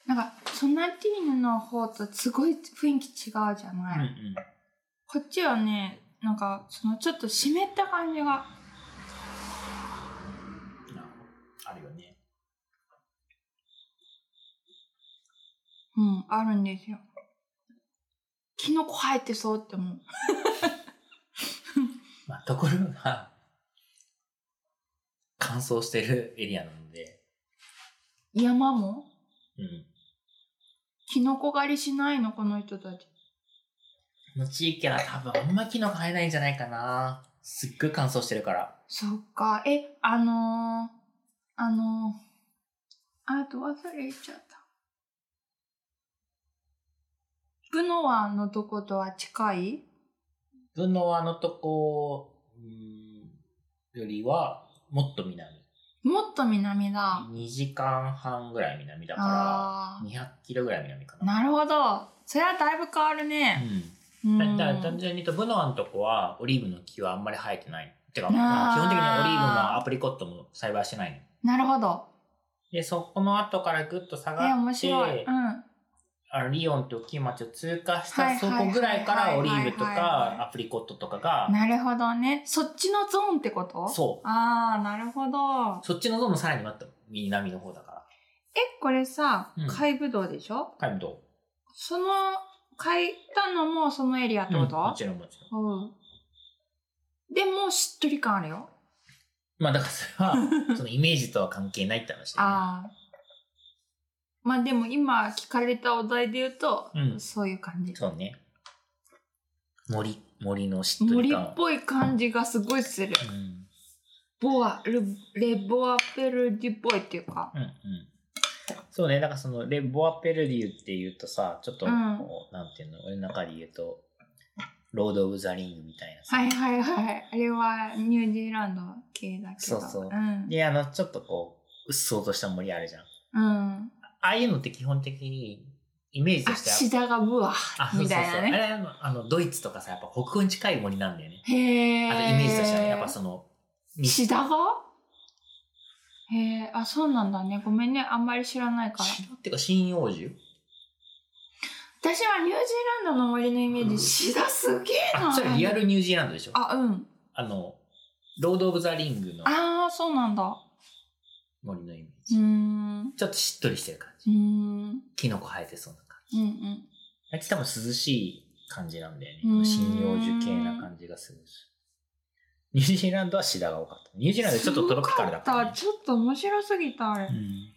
Speaker 2: なんか、ソナティーヌの方とすごい雰囲気違うじゃ
Speaker 1: う
Speaker 2: ない、
Speaker 1: んうん。
Speaker 2: こっちはね、なんか、そのちょっと湿った感じが、
Speaker 1: なるほどあるよね。
Speaker 2: うん、あるんですよ。キノコ生えてそうって思う。
Speaker 1: まあ、ところが、乾燥してるエリアなので、
Speaker 2: 山も
Speaker 1: うん。
Speaker 2: キノコ狩りしないの、この人たち。
Speaker 1: この地域は多分あんまキノコ生えないんじゃないかな。すっごい乾燥してるから。
Speaker 2: そっか、え、あのー、あのー、あと忘れちゃった。ブノワのとことは近い
Speaker 1: ブノワのとこうんよりは、もっと南。
Speaker 2: もっと南だ。
Speaker 1: 2時間半ぐらい南だか
Speaker 2: あ
Speaker 1: ら、200キロぐらい南か
Speaker 2: あ。
Speaker 1: な。
Speaker 2: なるほど。それはだいぶ変わるね。う
Speaker 1: うんん。だだ単純に言うと、ブノワのとこはオリーブの木はあんまり生えてない。てか、
Speaker 2: あー
Speaker 1: まあ基本的にオリーブもアプリコットも栽培してないの。
Speaker 2: なるほど。
Speaker 1: で、そこの後からぐっと下がって、
Speaker 2: え、面白い。うん。
Speaker 1: あのリオンと大きい町を通過し
Speaker 2: はい
Speaker 1: たそ
Speaker 2: はいはい
Speaker 1: こぐらいからオリーブと
Speaker 2: はいはいはい
Speaker 1: かアプリコットとかが、
Speaker 2: なるほどね。そっちのゾーンってこと
Speaker 1: そ
Speaker 2: ああ、なるほど
Speaker 1: う。。そっちのゾーンもさらにまた南の方だから。
Speaker 2: え、これさ
Speaker 1: うん、
Speaker 2: 海ぶどうでしょ、
Speaker 1: カイムど
Speaker 2: その、買ったのもそのエリアって
Speaker 1: う、
Speaker 2: こ
Speaker 1: も
Speaker 2: と
Speaker 1: ちろんもちろん。
Speaker 2: うん。でも、しっとり感あるよ。
Speaker 1: まあだからそれ は、そのイメージとは関係ないって話だよね。
Speaker 2: ああ。まあでも今聞かれたお題で言うと、
Speaker 1: うん
Speaker 2: そういう感じ。
Speaker 1: そうね。森、森のしっとり
Speaker 2: 森
Speaker 1: 感
Speaker 2: っぽい感じがすごいする。
Speaker 1: うん。
Speaker 2: ボア、ルレボアペルディっぽいっていうか。
Speaker 1: うんうん。そうね、なんかそのレ・ボア・ペルディーっていうとさ、ちょっとこう、
Speaker 2: うん
Speaker 1: なんていうの、俺の中で言うと、ロード・オブ・ザ・リングみたいなさ。
Speaker 2: はいはいはい。あれはニュージーランド系だけど。
Speaker 1: そうそう
Speaker 2: うん。
Speaker 1: で、あの、ちょっとこう、うっそうとした森あるじゃん。
Speaker 2: うん。
Speaker 1: ああいうのって基本的にイメージと
Speaker 2: あ、
Speaker 1: しては
Speaker 2: シダがブワ
Speaker 1: あ
Speaker 2: みたいな
Speaker 1: そうそうそうあ
Speaker 2: ね。
Speaker 1: れあのあのドイツとかさやっぱ北欧に近い森なんだよね。
Speaker 2: へえ。
Speaker 1: あとイメージとしてはねやっぱその西
Speaker 2: シダがへえ、あ、そうなんだね。ごめんね。あんまり知らないから。
Speaker 1: 白っていうか針葉樹
Speaker 2: 私はニュージーランドの森のイメージ、シダすげえな。
Speaker 1: あそれリアルニュージーランドでしょあ
Speaker 2: あ、うん。
Speaker 1: のロード・オブ・ザ・リングの
Speaker 2: ああ、そうなんだ。
Speaker 1: 森のイメー
Speaker 2: うー
Speaker 1: ジ、
Speaker 2: ん。う
Speaker 1: ちょっとしっとりしてる感
Speaker 2: ー
Speaker 1: じ
Speaker 2: ん。
Speaker 1: キノコ生えてそうな感
Speaker 2: うんうん。
Speaker 1: じ秋田も涼しい感じなんだよね
Speaker 2: うん
Speaker 1: 針葉樹系な感じがするしニュージーランドはシダが多かったニュージーランドちょっとトロピカルだから、ね
Speaker 2: すごかったちょっと面白すぎた、あれ
Speaker 1: う。ん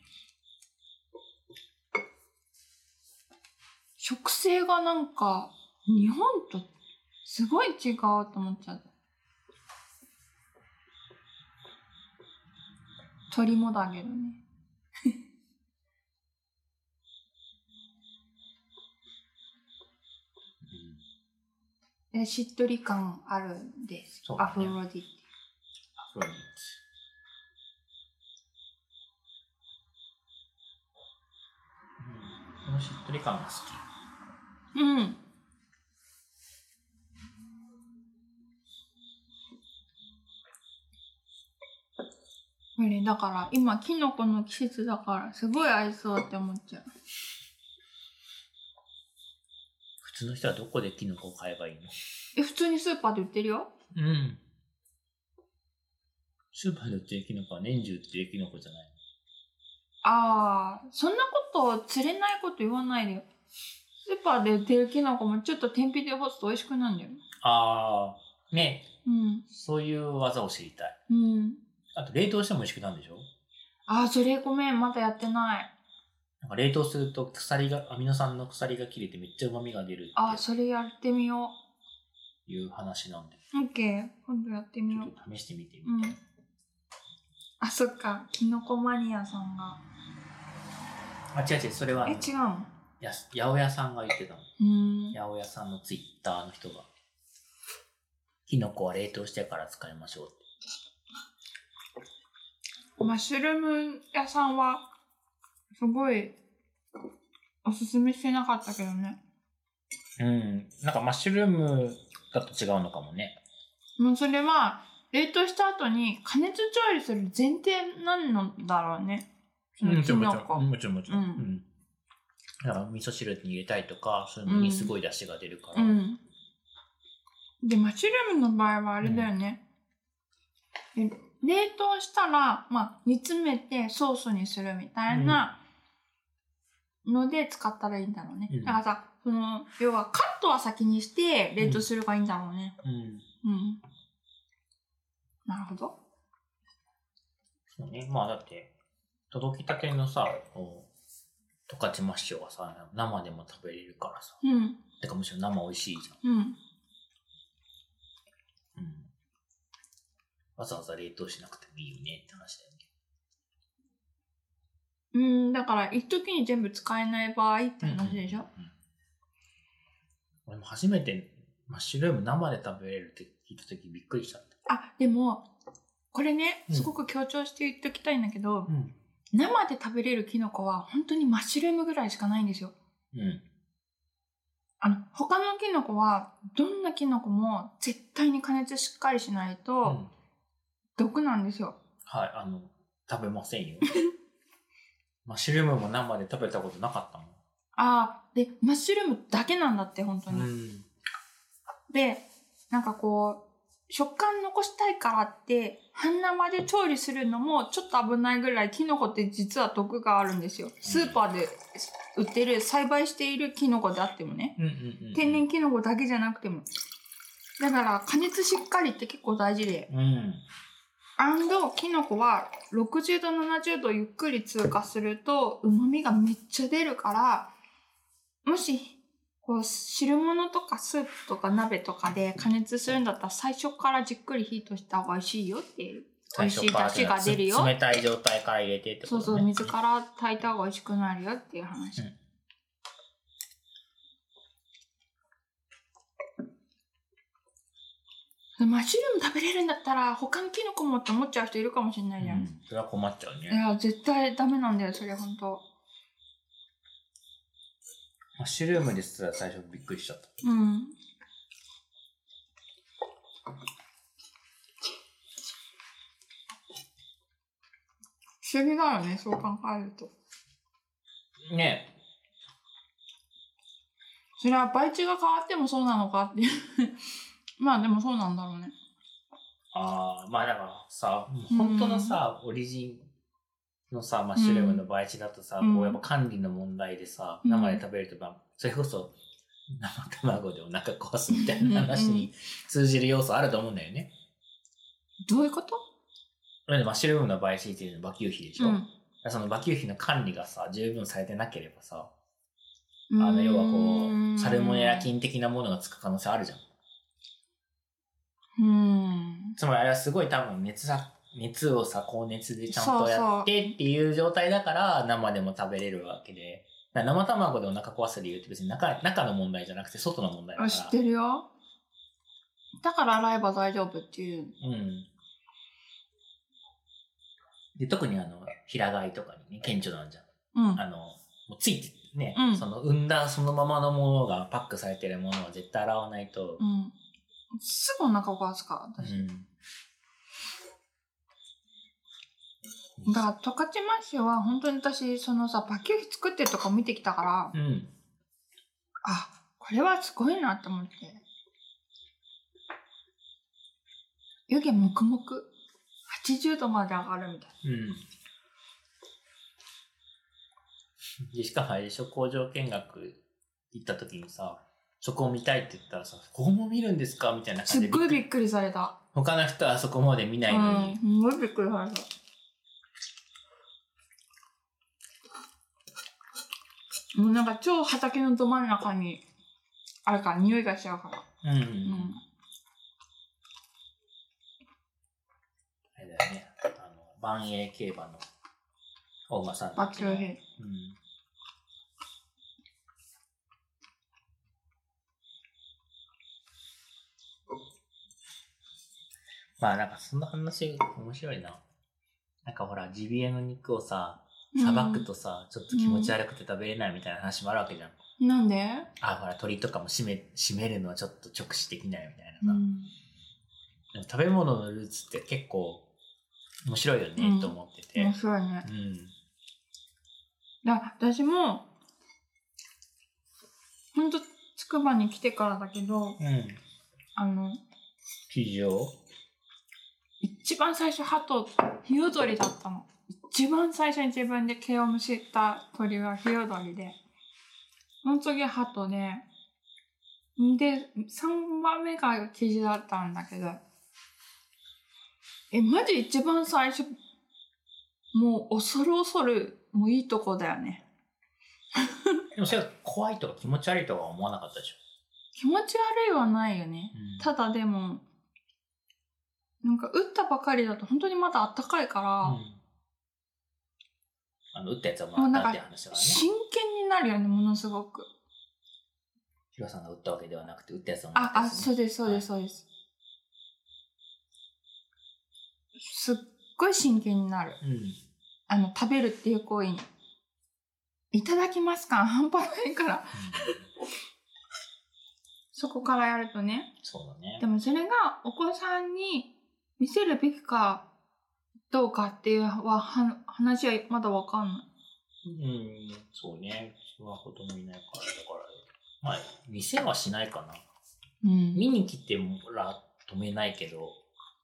Speaker 2: 植生がなんか、日本とすごい違うと思っちゃった。鳥もだけどね。えしっとり感あるんです。
Speaker 1: そうだ
Speaker 2: ア
Speaker 1: ね
Speaker 2: フロディテ
Speaker 1: アフロディーテうんこのしっとり感が好き
Speaker 2: ィ。うん。これだから今キノコの季節だからすごい合いそうって思っちゃう。
Speaker 1: 普通の人はどこでキノコを買えばいいの
Speaker 2: え、普通にスーパーで売ってるよ。
Speaker 1: うん。スーパーで売ってるキノコは年中売ってるキノコじゃない
Speaker 2: ああ、そんなこと釣れないこと言わないでよ。スーパーで売ってるキノコもちょっと天日で干すと美味しくなるんだよ。
Speaker 1: ああ、ね、
Speaker 2: うん。
Speaker 1: そういう技を知りたい。
Speaker 2: うん。
Speaker 1: あと冷凍しても美味しくなるんでしょ
Speaker 2: ああ、それごめん、まだやってない。
Speaker 1: なんか冷凍すると鎖が、アミノ酸の鎖が切れてめっちゃ旨味が出る
Speaker 2: ああ、
Speaker 1: っ
Speaker 2: それやってみよ
Speaker 1: ていう話なんで、
Speaker 2: う。オッケー、今度やってみ
Speaker 1: ち
Speaker 2: よ
Speaker 1: ょっ
Speaker 2: う。
Speaker 1: と試してみて
Speaker 2: う
Speaker 1: みたい
Speaker 2: ん。あ、そっか、キノコマニアさんが。
Speaker 1: あ、違う違う、それは
Speaker 2: え、
Speaker 1: ね、
Speaker 2: 違うの
Speaker 1: やす八百屋さんが言ってたの。
Speaker 2: うーん。
Speaker 1: 八百屋さんのツイッターの人が。キノコは冷凍してから使いましょうって。
Speaker 2: マッシュルーム屋さんは、すごい、おすすめしてなかったけどね。
Speaker 1: うん。なんかマッシュルームだと違うのかもね。
Speaker 2: もうそれは、冷凍した後に加熱調理する前提なんのだろうね。そのキノコ。
Speaker 1: もちろんもちろん。
Speaker 2: うん
Speaker 1: うんだから味噌汁に入れたりとか、そういうのにすごい出汁が出るから。
Speaker 2: うん。で、マッシュルームの場合はあれだよね。で冷凍したら、まあ、煮詰めてソースにするみたいなので使ったらいいんだろうね。
Speaker 1: うん
Speaker 2: だからさ、その、要はカットは先にして冷凍すればいいんだろうね。
Speaker 1: うん
Speaker 2: うん。なるほど。
Speaker 1: そうね。まあだって、届きたてのさ、こう、十勝マッシュはさ、生でも食べれるからさ。
Speaker 2: うん。
Speaker 1: てかむしろ生美味しいじゃん。
Speaker 2: うん。
Speaker 1: うんわざわざ冷凍しなくてもいいよねって話だよね。
Speaker 2: うん、だから、一時に全部使えない場合って話でしょ、
Speaker 1: うん俺も初めてマッシュルーム生で食べれるって聞いた時びっくりしちゃった。
Speaker 2: あ、でも、これね、
Speaker 1: うん
Speaker 2: すごく強調して言っときたいんだけど、
Speaker 1: うん。
Speaker 2: 生で食べれるキノコは本当にマッシュルームぐらいしかないんですよ。
Speaker 1: うん。
Speaker 2: あの、他のキノコは、どんなキノコも絶対に加熱しっかりしないと、毒なんですよ。
Speaker 1: はい、あの、食べません よ。マッシュルームも生で食べたことなかったも
Speaker 2: ああ、で、マッシュルームだけなんだって、本当に。
Speaker 1: ん。ん。
Speaker 2: で、なんかこう、食感残したいからって、半生で調理するのもちょっと危ないぐらいキノコって実は毒があるんですよ。スーパーで売ってる、栽培しているキノコであってもね。
Speaker 1: うんうんうん。
Speaker 2: 天然キノコだけじゃなくても。だから加熱しっかりって結構大事で。
Speaker 1: うん。
Speaker 2: アンド、キノコは60度、70度ゆっくり通過すると、旨味がめっちゃ出るから、もし、こう、汁物とかスープとか鍋とかで加熱するんだったら、最初からじっくり火通した方が美味しいよっていう。美味しい出汁が出るよ。
Speaker 1: 冷たい状態から入れてってこと
Speaker 2: そう
Speaker 1: ね。
Speaker 2: そう、水から炊いた方が美味しくなるよっていう話。
Speaker 1: うん
Speaker 2: マッシュルーム食べれるんだったら他のキノコもって思っちゃう人いるかもしれな
Speaker 1: う
Speaker 2: いじゃん、
Speaker 1: ん。それは困っちゃう
Speaker 2: い
Speaker 1: ね。
Speaker 2: や絶対ダメなんだよそれ本当
Speaker 1: マッシュルームですら最初びっくりしちゃった。
Speaker 2: うん不思議だよね、そう考えると。
Speaker 1: ね
Speaker 2: それは倍地が変わってもそうなのかっていう。 まあでもそうなんだろうね。
Speaker 1: ああ、まあだからさ、本当のさ、オリジンのさ、マッシュルームの培地だとさ、
Speaker 2: うん
Speaker 1: こうやっぱ管理の問題でさ、
Speaker 2: うん
Speaker 1: 生で食べるとか、それこそ生卵でお腹壊すみたいな話に通じる要素あると思うんだよね。
Speaker 2: どういうこと
Speaker 1: だってマッシュルームの培地っていうのは馬厩費でしょ、
Speaker 2: う
Speaker 1: だか
Speaker 2: ん
Speaker 1: らその馬厩費の管理がさ、十分されてなければさ、あ
Speaker 2: う
Speaker 1: の、
Speaker 2: ーん
Speaker 1: 要はこう、サルモネラ菌的なものがつく可能性あるじゃん。
Speaker 2: うーん。
Speaker 1: つまりあれはすごい多分熱さ、熱をさ、高熱でちゃんとやってっていう状態だから生でも食べれるわけで。だから生卵でお腹壊す理由って別に中中の問題じゃなくて外の問題だか
Speaker 2: あ、
Speaker 1: ら。
Speaker 2: 知ってるよ。だから洗えば大丈夫っていう。
Speaker 1: うん。で、特にあの、平飼いとかにね、顕著なんじゃん。
Speaker 2: うん。
Speaker 1: あの、もうついてね、
Speaker 2: うん
Speaker 1: その産んだそのままのものがパックされてるものは絶対洗わないと。
Speaker 2: うん。すぐお腹壊すから、私。
Speaker 1: うん。
Speaker 2: だから、十勝マッシュは本当に私、そのさ、パキューヒ作ってるとこ見てきたから、
Speaker 1: うん。
Speaker 2: あ、これはすごいなって思って。湯気黙々。80度まで上がるみたい
Speaker 1: うん。で、しかもあれでしょ、工場見学行った時にさ、そこを見たいって言ったらさ、ここも見るんですかみたいな
Speaker 2: な。す
Speaker 1: 感じ
Speaker 2: っ
Speaker 1: で。
Speaker 2: ごいびっくりされた。
Speaker 1: 他の人はそこまで見ないの
Speaker 2: うん。
Speaker 1: に。
Speaker 2: すんごいびっくりされた。もうなんか超畑のど真ん中にあるから匂いがしちゃうから。
Speaker 1: うん。うん
Speaker 2: うん。
Speaker 1: あれだよね。あの、万栄競馬の大間さん
Speaker 2: バ
Speaker 1: た
Speaker 2: ッ
Speaker 1: ち
Speaker 2: チ
Speaker 1: の
Speaker 2: ョヘ
Speaker 1: うん。まあなんかその話面白いな。なんかほら、ジビエの肉をさ、
Speaker 2: イ。
Speaker 1: さばくとさ、ちょっと気持ち悪くて食べれないみたいな話もあるわけじゃん。
Speaker 2: うん。なんで
Speaker 1: あ、ほら、鳥とかも締め、締めるのはちょっと直視できないみたいなさ。
Speaker 2: うん。
Speaker 1: でも食べ物のルーツって結構面白いよ
Speaker 2: う
Speaker 1: ね、
Speaker 2: ん
Speaker 1: と思ってて。
Speaker 2: 面白いね。
Speaker 1: うん。
Speaker 2: だ私も、ほんと、つくばに来てからだけど、
Speaker 1: うん。
Speaker 2: あの、
Speaker 1: 非常
Speaker 2: 一番最初、鳩、ヒヨドリだったの。一番最初に自分で毛をむしった鳥はヒヨドリで、その次ハトで、で、3番目がキジだったんだけど、え、マジ一番最初、もう恐る恐る、もういいとこだよね。
Speaker 1: でもそれは怖いとか気持ち悪いとかは思わなかったでしょ。
Speaker 2: 気持ち悪いはないよね。
Speaker 1: うん
Speaker 2: ただでも、なんか打ったばかりだと本当にまだあったかいか
Speaker 1: う
Speaker 2: ら、
Speaker 1: んあの、打ったやつはもらったっていう話だからね。
Speaker 2: 真剣になるよね、ものすごく。
Speaker 1: ヒロさんが打ったわけではなくて、打ったやつはもらっ
Speaker 2: あ、
Speaker 1: た
Speaker 2: あ、
Speaker 1: やつ
Speaker 2: そうです、そうです、そうです。すっごい真剣になる。
Speaker 1: ね。うん。
Speaker 2: あの、食べるっていう行為に。いただきますか半端ないから。そこからやるとね。
Speaker 1: そうだね
Speaker 2: で。もそれがお子さんに見せるべきかどうかっていうはは話はまだわかんない。
Speaker 1: うん、そうね。うちは子供いないから、だから。まあ、見せはしないかな。
Speaker 2: うん
Speaker 1: 見に来てもら止めないけど、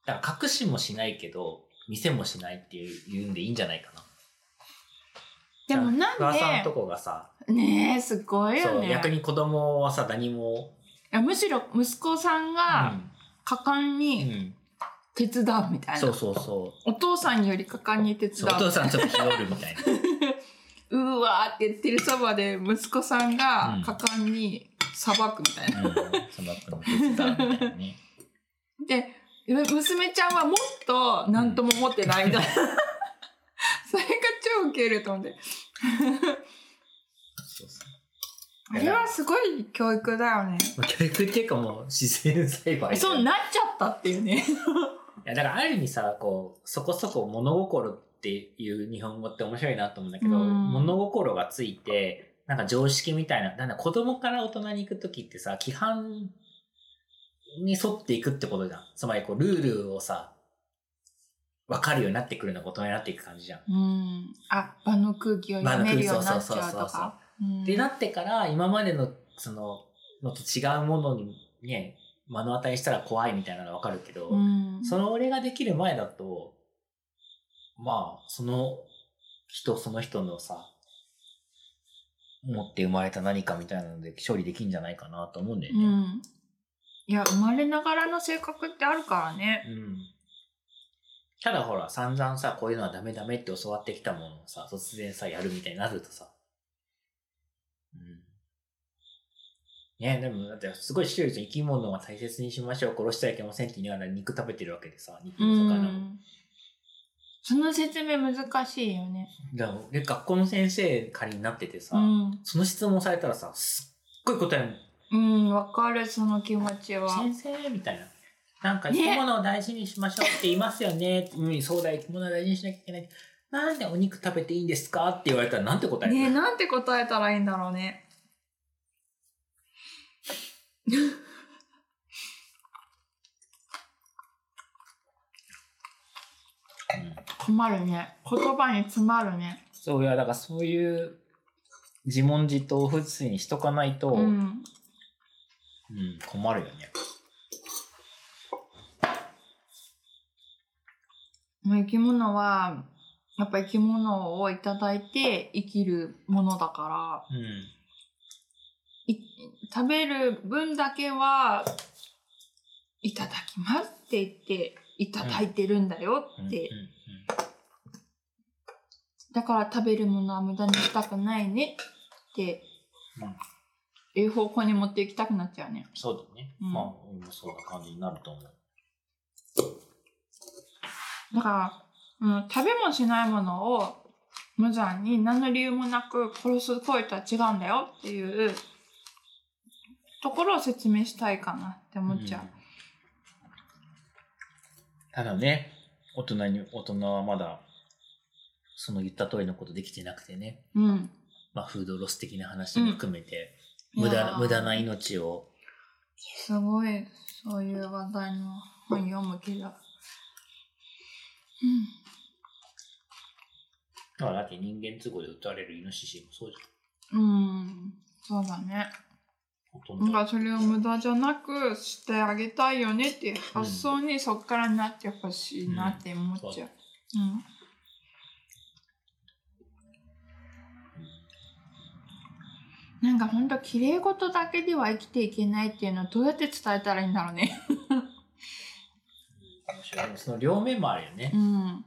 Speaker 1: だから隠しもしないけど、見せもしないっていう言うんでいいんじゃないかな。
Speaker 2: でもなん
Speaker 1: 不破さんと
Speaker 2: で、
Speaker 1: こがさ、
Speaker 2: ねえ、すごい
Speaker 1: そ
Speaker 2: よ
Speaker 1: う、逆
Speaker 2: ね。
Speaker 1: に子供はさ、何も、
Speaker 2: いやむしろ息子さんが果敢
Speaker 1: うん、う
Speaker 2: に
Speaker 1: ん。
Speaker 2: 手伝うみたいな。
Speaker 1: そうそうそう。
Speaker 2: お父さんより果敢に手伝う。
Speaker 1: そうお父さんちょっとひよるみたいな。
Speaker 2: うーわーって言ってるそばで息子さん
Speaker 1: う
Speaker 2: が
Speaker 1: ん
Speaker 2: 果敢にさばくみたい な。
Speaker 1: うん、その子の手伝うみたいなね。
Speaker 2: で、娘ちゃんはもっと何とも思ってないみたいな。それが超ウケると思って。
Speaker 1: そうそう。
Speaker 2: あれはすごい教育だよね。
Speaker 1: まあ教育っていうかもう自然栽培。
Speaker 2: そう
Speaker 1: い
Speaker 2: なっちゃったっていうね。
Speaker 1: や、だからある意味さ、こう、そこそこ物心っていう日本語って面白いなと思うんだけど、
Speaker 2: うん
Speaker 1: 物心がついて、なんか常識みたいな、なんだ子供から大人に行くときってさ、規範に沿っていくってことじゃん。つまりこう、ルールをさ、分かるようになってくるのが大人になっていく感じじゃん。
Speaker 2: うん。あ、場の空気を読めるようになっちゃ
Speaker 1: 場
Speaker 2: う
Speaker 1: の空気そうそうそ
Speaker 2: と
Speaker 1: うそう
Speaker 2: か。うん
Speaker 1: でなってから今までのそののと違うものにね目の当たりにしたら怖いみたいなのわかるけど、
Speaker 2: うん。
Speaker 1: その俺ができる前だとまあその人その人のさ持って生まれた何かみたいなので勝利できんじゃないかなと思うんだよ
Speaker 2: う
Speaker 1: ね。
Speaker 2: ん。いや、生まれながらの性格ってあるからね。
Speaker 1: うんただほら散々さこういうのはダメダメって教わってきたものをさ突然さやるみたいになるとさ。うんねでもだってすごい種類と生き物は大切にしましょう殺してはいけませんって言いながら肉食べてるわけでさ肉
Speaker 2: う
Speaker 1: も魚も。
Speaker 2: ん。その説明難しいよね。
Speaker 1: だから俺学校の先生仮になっててさ、
Speaker 2: うん。
Speaker 1: その質問されたらさすっごい答える
Speaker 2: うん、わかる、その気持ちは。
Speaker 1: 先生みたいな。なんか生
Speaker 2: ね
Speaker 1: き物を大事にしましょうって言いますよね。うん、そうだ、生き物を大事にしなきゃいけない。なんでお肉食べていいんですかって言われたらなんて答える、
Speaker 2: ねえ、なんて答えたらいいんだろうね。
Speaker 1: うん
Speaker 2: 困るね。言葉に詰まるね。
Speaker 1: そういや、だからそういう自問自答を普通にしとかないと、う
Speaker 2: う
Speaker 1: ん、
Speaker 2: ん。
Speaker 1: 困るよね。
Speaker 2: もう生き物は、やっぱ生き物をいただいて生きるものだから。
Speaker 1: うん。
Speaker 2: い食べる分だけはいただきますって言っていただいてるんだよ
Speaker 1: うん
Speaker 2: って、だから食べるものは無駄にしたくないねって、
Speaker 1: うん
Speaker 2: いう方向に持っていきたくなっちゃうね
Speaker 1: そうだね。
Speaker 2: うん
Speaker 1: まあ、うんそんな感じになると思う。
Speaker 2: だから、うん、食べもしないものを無残に何の理由もなく殺す行為とは違うんだよっていうところを説明したいかなって思っちゃう、
Speaker 1: んただね、大人に、大人はまだ、その言った通りのことできてなくてね、
Speaker 2: うん、
Speaker 1: まあ、フードロス的な話も含めて、
Speaker 2: うん
Speaker 1: 無
Speaker 2: いや
Speaker 1: 駄
Speaker 2: ー
Speaker 1: 無駄な命を、
Speaker 2: すごい、そういう話題の本読む気が。うん。
Speaker 1: まあ、だって人間都合で撃たれるイノシシもそうじ
Speaker 2: うん、そうだね。
Speaker 1: ゃん。ほとん
Speaker 2: な
Speaker 1: ど。
Speaker 2: んかそれを無駄じゃなくしてあげたいよねっていう発想にそっからなってほしいなって思っちゃう。うん。なんかほんと綺麗事だけでは生きていけないっていうのをどうやって伝えたらいいんだろうね。
Speaker 1: 面白いでもその両面もあるよね。
Speaker 2: うん。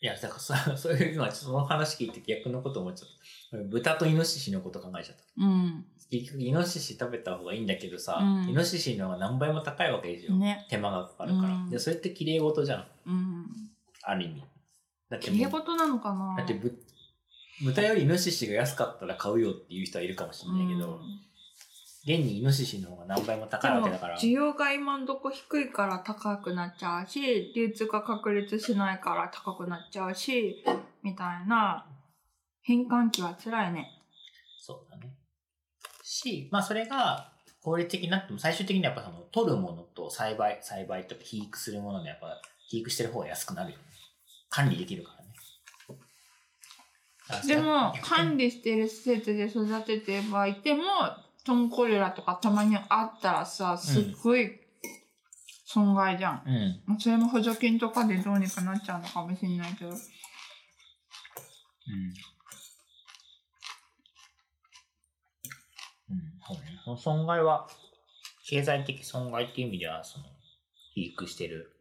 Speaker 1: いや、だからさ、 そういうのは、その話聞いて逆のこと思っちゃった。豚とイノシシのこと考えちゃった。
Speaker 2: うん。
Speaker 1: 結局、イノシシ食べた方がいいんだけどさ、
Speaker 2: うん
Speaker 1: イノシシの方が何倍も高いわけですよ。
Speaker 2: ね。
Speaker 1: 手間がかかるから。
Speaker 2: うん
Speaker 1: で、それって綺麗事じゃん。
Speaker 2: うん。
Speaker 1: ある意味。だって
Speaker 2: 綺
Speaker 1: もう
Speaker 2: 麗事なのかな
Speaker 1: だってぶ、豚よりイノシシが安かったら買うよっていう人はいるかもしれないけど、
Speaker 2: うん
Speaker 1: 現にイノシシの方が何倍も高いわけだから。
Speaker 2: でも需要が今んとこ低いから高くなっちゃうし流通が確立しないから高くなっちゃうしみたいな変換期は辛いね
Speaker 1: そうだね。し、まあそれが効率的になっても最終的にはやっぱその取るものと栽培、栽培とか肥育するものでやっぱ肥育してる方が安くなるよね。管理できるからね。だから
Speaker 2: でも
Speaker 1: 逆に
Speaker 2: 管理してる施設で育ててばいてもトンコレラとかたまにあったらさすっごい損害じゃん、
Speaker 1: うん。
Speaker 2: まあそれも補助金とかでどうにかなっちゃうのかもしれないけど
Speaker 1: うん。うん、そうね。その損害は、経済的損害っていう意味では、その、肥育してる、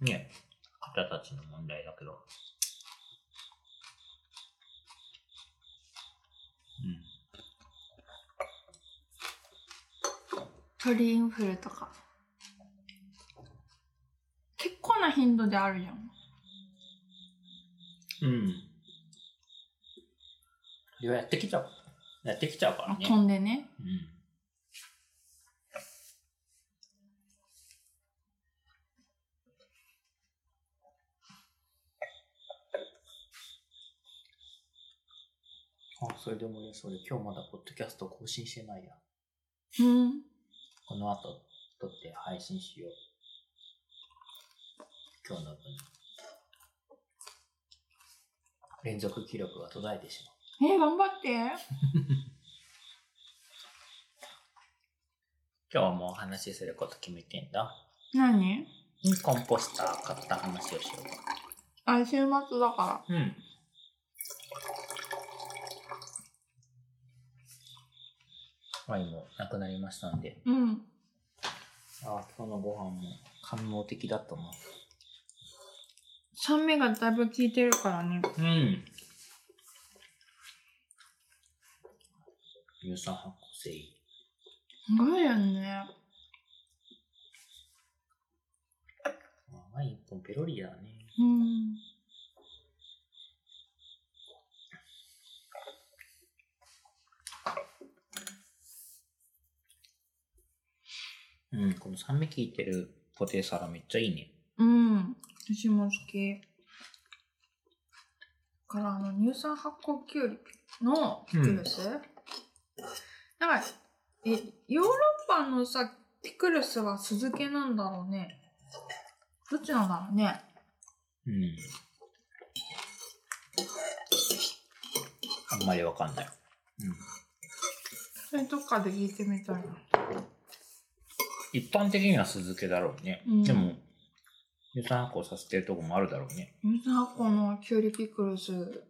Speaker 1: ね、方たちの問題だけど。うん。
Speaker 2: 鳥インフルとか結構な頻度であるじゃん
Speaker 1: うん。いややってきちゃう。やってきちゃうからね。
Speaker 2: 飛んでね
Speaker 1: うん。あ、それでもいいそれ今日まだポッドキャスト更新してないや。
Speaker 2: うん
Speaker 1: この後、撮って配信しよう。今日の分。連続記録は途絶えてしまう。
Speaker 2: えー、頑張って。
Speaker 1: 今日はもうお話しすること決めてんだ。
Speaker 2: 何
Speaker 1: コンポスター買った話をしようか。
Speaker 2: あ、週末だか
Speaker 1: うん。ワインもなくなりましたんで。
Speaker 2: ら。うん。
Speaker 1: ああ、今日のご飯も官能的だったな。
Speaker 2: 酸味がだいぶ効いてるからね。
Speaker 1: うん。乳酸発酵性。
Speaker 2: すごいよね。
Speaker 1: まあワイン一本ペロリだね。
Speaker 2: うん。
Speaker 1: うん、この酸味効いてるポテサラめっちゃいいね。
Speaker 2: うん。私も好き。から、あの、乳酸発酵きゅうりのピクルス、なんか、え、ヨーロッパのさ、ピクルスは酢漬けなんだろうね。どっちなんだろうね。
Speaker 1: うん。あんまりわかんない。うん。
Speaker 2: それとかで聞いてみたいな。
Speaker 1: 一般的には酢漬けだろうね。
Speaker 2: うん
Speaker 1: でも、乳酸発酵させてるとこもあるだろうね。
Speaker 2: 乳酸発酵のきゅうりピクルス。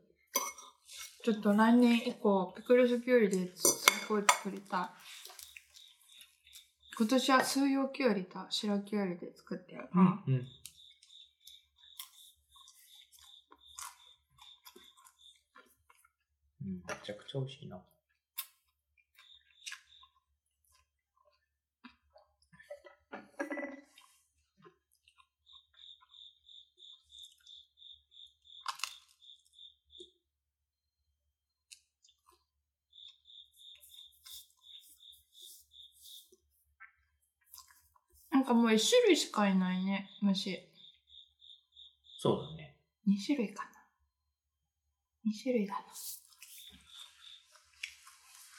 Speaker 2: ちょっと来年以降、ピクルスきゅうりですごい作りたい。今年は水曜きゅうりと白きゅうりで作ってるから。
Speaker 1: うん。うん、めちゃくちゃ美味しいな。
Speaker 2: なんかもう一種類しかいないね、虫。
Speaker 1: そうだね。
Speaker 2: 二種類かな。二種類だな。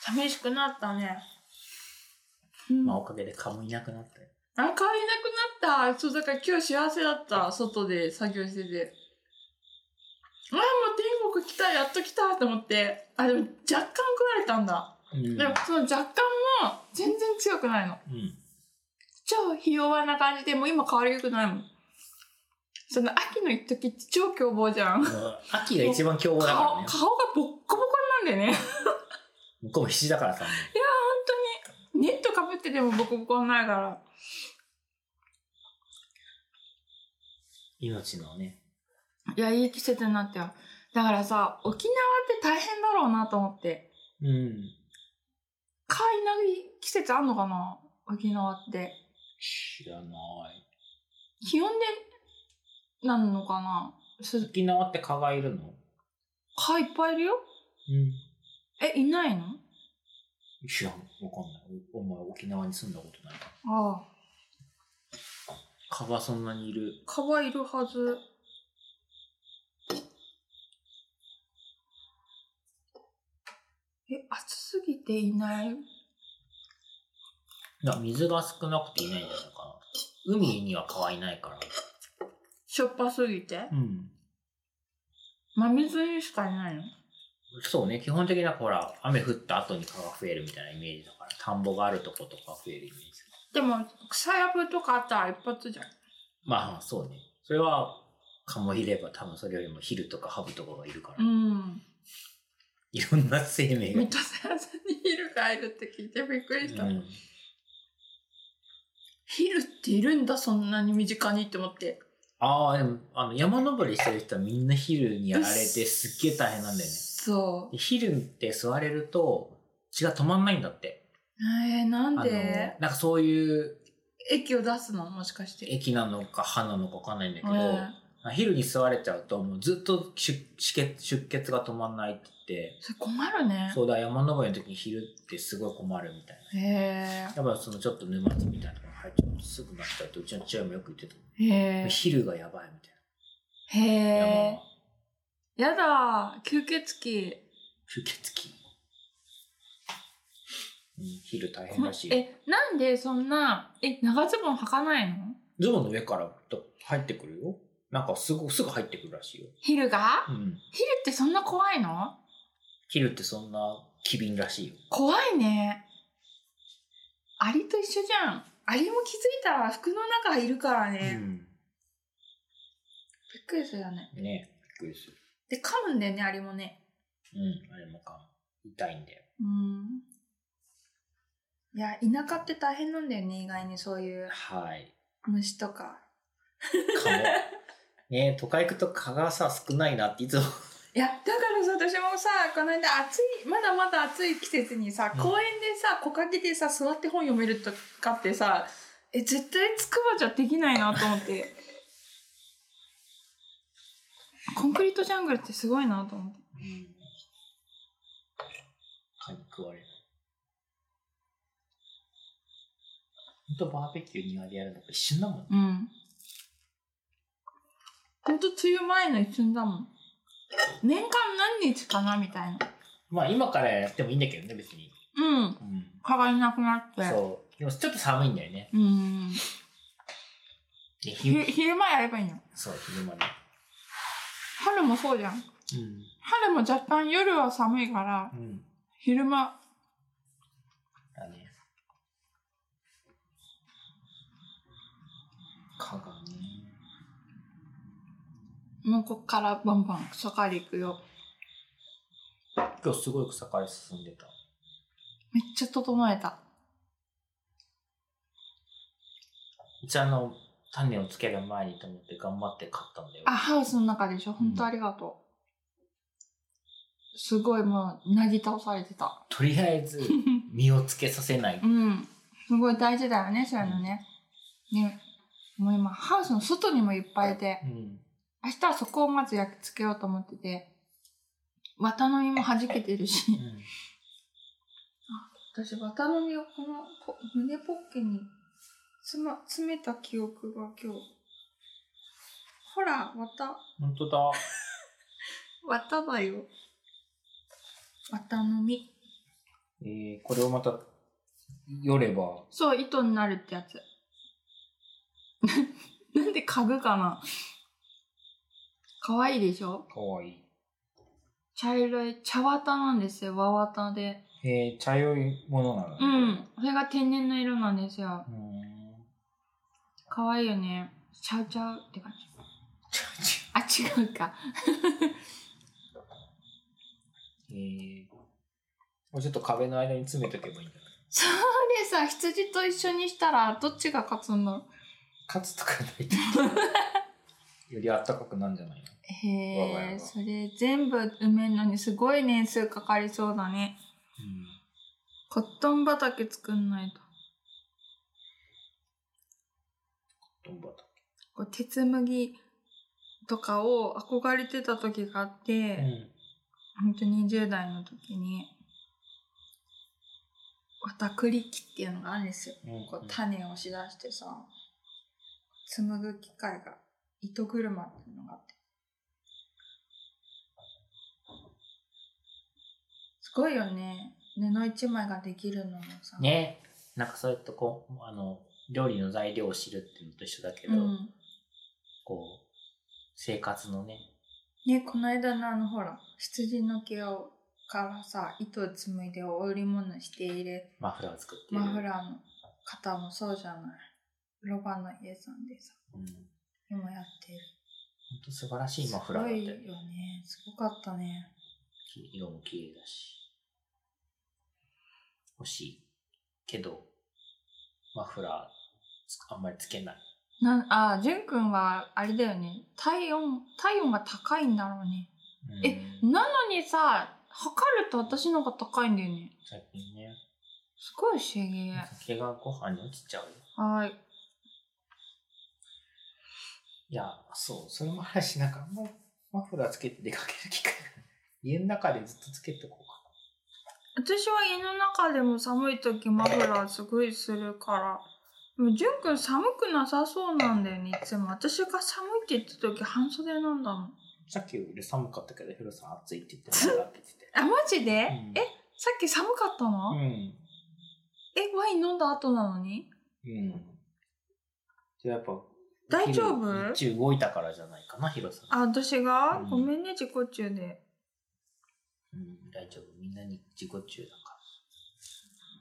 Speaker 2: 寂しくなったね。うん、
Speaker 1: まあ、
Speaker 2: あ、
Speaker 1: おかげで蚊もいなくなったよ。
Speaker 2: 買いなくなった。そう、だから今日幸せだった。外で作業してて。ああ、もう天国来た、やっと来たと思って。あ、でも若干食われたんだ。
Speaker 1: うん
Speaker 2: でもその若干も全然強くないの。
Speaker 1: うん。
Speaker 2: 超ひ弱な感じで、もう今変わりよくないもん。その秋の一時って超凶暴じゃん。
Speaker 1: もう秋が一番凶暴だから
Speaker 2: 顔
Speaker 1: ね。
Speaker 2: 顔がボッコボコになんだよね
Speaker 1: 向こうも必死だからさ。も
Speaker 2: ネットかぶっててもボコボコになるから
Speaker 1: う命のね。
Speaker 2: いやいい季節になったよだからさ沖縄って大変だろうなと思って
Speaker 1: うん。
Speaker 2: 蚊いない季節あんのかな沖縄って
Speaker 1: 知らない。
Speaker 2: 気温でなんのかなす
Speaker 1: 沖縄って蚊がいるの
Speaker 2: 蚊いっぱいいるよ
Speaker 1: うん。
Speaker 2: えいないの
Speaker 1: 知らん。わかんない。おお前沖縄に住んだことない。
Speaker 2: ああ
Speaker 1: 蚊はそんなにいる。
Speaker 2: 蚊はいるはずえ暑すぎていない
Speaker 1: だ水が少なくていないんじゃないかな。海には蚊はいないから。
Speaker 2: しょっぱすぎて
Speaker 1: うん。
Speaker 2: 真水にしかいないの
Speaker 1: そうね。基本的なほら、雨降った後に蚊が増えるみたいなイメージだから。田んぼがあるとことか増えるイメージ。
Speaker 2: でも草やぶとかあったら一発じゃん
Speaker 1: まあ、そうね。それは、蚊もいれば多分それよりもヒルとかハブとかがいるから。
Speaker 2: うん
Speaker 1: いろんな生命が。
Speaker 2: 三田さんにヒルがいるって聞いてびっくりした、
Speaker 1: うん
Speaker 2: ヒルっているんだそんなに身近にって思って
Speaker 1: ああ、でも、あの、山登りしてる人はみんなヒルにやられてすっげえ大変なんだよね。
Speaker 2: そ
Speaker 1: でヒルって座れると血が止まんないんだって。
Speaker 2: うえー、なん
Speaker 1: あの、
Speaker 2: で
Speaker 1: なんかそういう
Speaker 2: 液を出すのもしかして
Speaker 1: 液なのか歯なのかわかんないんだけど、
Speaker 2: うん
Speaker 1: ヒルに座れちゃうともうずっと出出血出血が止まんないって言って、
Speaker 2: それ困るね
Speaker 1: そうだ、山登りの時にヒルってすごい困るみたいな。
Speaker 2: へ
Speaker 1: やっぱそのちょっと沼津みたいなのが入っちゃうとすぐなっちゃうってうちの父親もよく言って
Speaker 2: えへ
Speaker 1: た。
Speaker 2: え
Speaker 1: ヒルがやばいみたい
Speaker 2: へ
Speaker 1: な。山は
Speaker 2: えやだ吸血鬼
Speaker 1: 吸血鬼。うん、ヒル大変らしいよ。
Speaker 2: えなんでそんなえ長ズボン履かないの
Speaker 1: ズボンの上からと入ってくるよ。なんかすぐ、すぐ入ってくるらしいよ。
Speaker 2: ヒルが
Speaker 1: うん。
Speaker 2: ヒルってそんな怖いの
Speaker 1: ヒルってそんな機敏らしいよ。
Speaker 2: 怖いね。アリと一緒じゃん。アリも気づいたら服の中いるからね。びっくりするよね。
Speaker 1: うん。ねびっくりする。
Speaker 2: で、噛むんだよね、アリもね。
Speaker 1: うん。あれもか。痛いんだよ。
Speaker 2: うん。いや、田舎って大変なんだよね、意外にそういう
Speaker 1: はい。
Speaker 2: 虫とか。
Speaker 1: 蚊 も。ね都会行くと蚊がさ、少ないなっていつも。
Speaker 2: いや、だからさ、私もさ、この間暑い、まだまだ暑い季節にさ、
Speaker 1: うん
Speaker 2: 公園でさ、木陰でさ、座って本読めるとかってさ、え、絶対つくばじゃできないなと思って。コンクリートジャングルってすごいなと思って。
Speaker 1: 蚊に食われる。ほんとバーベキュー庭でやるのと一瞬だもんね。
Speaker 2: うん。ほんと梅雨前の一瞬だもん。年間何日かなみたいな。
Speaker 1: まあ今からやってもいいんだけどね、別に。
Speaker 2: うん。
Speaker 1: うん。
Speaker 2: 蚊がいなくなって。
Speaker 1: そう。でもちょっと寒いんだよ ね。
Speaker 2: うん。
Speaker 1: で
Speaker 2: ひ
Speaker 1: 昼
Speaker 2: 昼間やればいいの。
Speaker 1: そう、昼間ね。
Speaker 2: 春もそうじゃん。春も若干夜は寒いから、
Speaker 1: うん。うん。
Speaker 2: 昼間。
Speaker 1: だね。蚊がね。
Speaker 2: もうこっからバンバン草刈り行くよ。
Speaker 1: 今日すごい草刈り進んでた。
Speaker 2: めっちゃ整えた。
Speaker 1: うちあの、種をつける前にと思って頑張って買ったんだよ。
Speaker 2: あ、ハウスの中でしょほんとありがとう。すごいもう、なぎ倒されてた。
Speaker 1: とりあえず、実をつけさせない。
Speaker 2: うん。すごい大事だよね、そういうのね。ね。もう今、ハウスの外にもいっぱいいて、
Speaker 1: うん。
Speaker 2: 明日はそこをまず焼き付けようと思ってて、綿の実も弾けてる
Speaker 1: う
Speaker 2: し。
Speaker 1: ん。
Speaker 2: 私、綿の実をこのこ胸ポッケに詰,、ま、詰めた記憶が今日。ほら、綿、
Speaker 1: ほんとだ。
Speaker 2: 綿だよ。綿の実。
Speaker 1: えー、これをまた、よれば。
Speaker 2: そう、糸になるってやつ。 なんで家具かな可愛いでしょ
Speaker 1: かわい
Speaker 2: 茶色い、茶綿なんですよ、和綿で。
Speaker 1: い。えー、茶色いものなの
Speaker 2: う
Speaker 1: ね
Speaker 2: ん。それが天然の色なんですよ。
Speaker 1: これうん。
Speaker 2: 可愛いよね。ちゃうちゃうって感じ。
Speaker 1: ちょちょ
Speaker 2: あ、違うか。
Speaker 1: えー、もうちょっと壁の間に詰めとけばいいんじゃない
Speaker 2: それさ、羊と一緒にしたら、どっちが勝つんだろ
Speaker 1: 勝つとかないと。よりあったかくなんじゃないの
Speaker 2: う。
Speaker 1: 我が
Speaker 2: へ
Speaker 1: 家
Speaker 2: え、
Speaker 1: は
Speaker 2: それ全部埋めるのにすごい年数かかりそうだね。コットン畑作んないと。
Speaker 1: うん。どんばた。
Speaker 2: こう鉄麦とかを憧れてた時があって、
Speaker 1: うん。
Speaker 2: 本当に10代の時に、綿栗機っていうのがあるんですよ。
Speaker 1: うん
Speaker 2: こう種をしだしてさ、紡ぐ機械が、糸車っていうのがあって。すごいよね。布一枚ができるのもさ。。
Speaker 1: ねなんかそうやってこう、あの、料理の材料を知るっていうのと一緒だけ
Speaker 2: う
Speaker 1: ど、
Speaker 2: ん。
Speaker 1: こう、生活のね、
Speaker 2: ね、この間のあのほら、羊の毛をからさ、糸を紡いで織物している
Speaker 1: マフラーを作ってる。
Speaker 2: マフラーの方もそうじゃない。ロバの家さんでさ、
Speaker 1: うん。本
Speaker 2: 今やってる。
Speaker 1: 当素晴らしいマフラーだったよ
Speaker 2: すごいよね。すごかったね。
Speaker 1: き色も綺麗だし。欲しい。けど、マフラーつ、あんまりつけない。
Speaker 2: なんあ、じゅんくんはあれだよね。体温、体温が高いんだろうね。
Speaker 1: うん
Speaker 2: えなのにさ、測ると私の方が高いんだよね。
Speaker 1: 最近ね、
Speaker 2: すごい不思議。
Speaker 1: 酒がご飯に落ちちゃうよ。
Speaker 2: はい。
Speaker 1: いや、そう、それもあるし、なんかあんまマフラーつけて出かける機会がない家の中でずっとつけておこうか
Speaker 2: 私は家の中でも寒い時マフラーすごいするから。でも、じゅんくん寒くなさそうなんだよね、いつも。私が寒いって言った時半袖なんだもん。
Speaker 1: な。さっきより寒かったけど、ヒロさん暑いって言ってマフラーって言ってて。
Speaker 2: あ、マジで、
Speaker 1: うん
Speaker 2: え、さっき寒かったの、
Speaker 1: うん。
Speaker 2: え、ワイン飲んだ後なのに
Speaker 1: うん。じゃあやっぱ、
Speaker 2: 大丈夫
Speaker 1: お昼日中動いたからじゃないかな、ヒロさん。
Speaker 2: あ、私が、
Speaker 1: うん
Speaker 2: ごめんね、自己中で。
Speaker 1: うん、大丈夫。みんなに自己中だか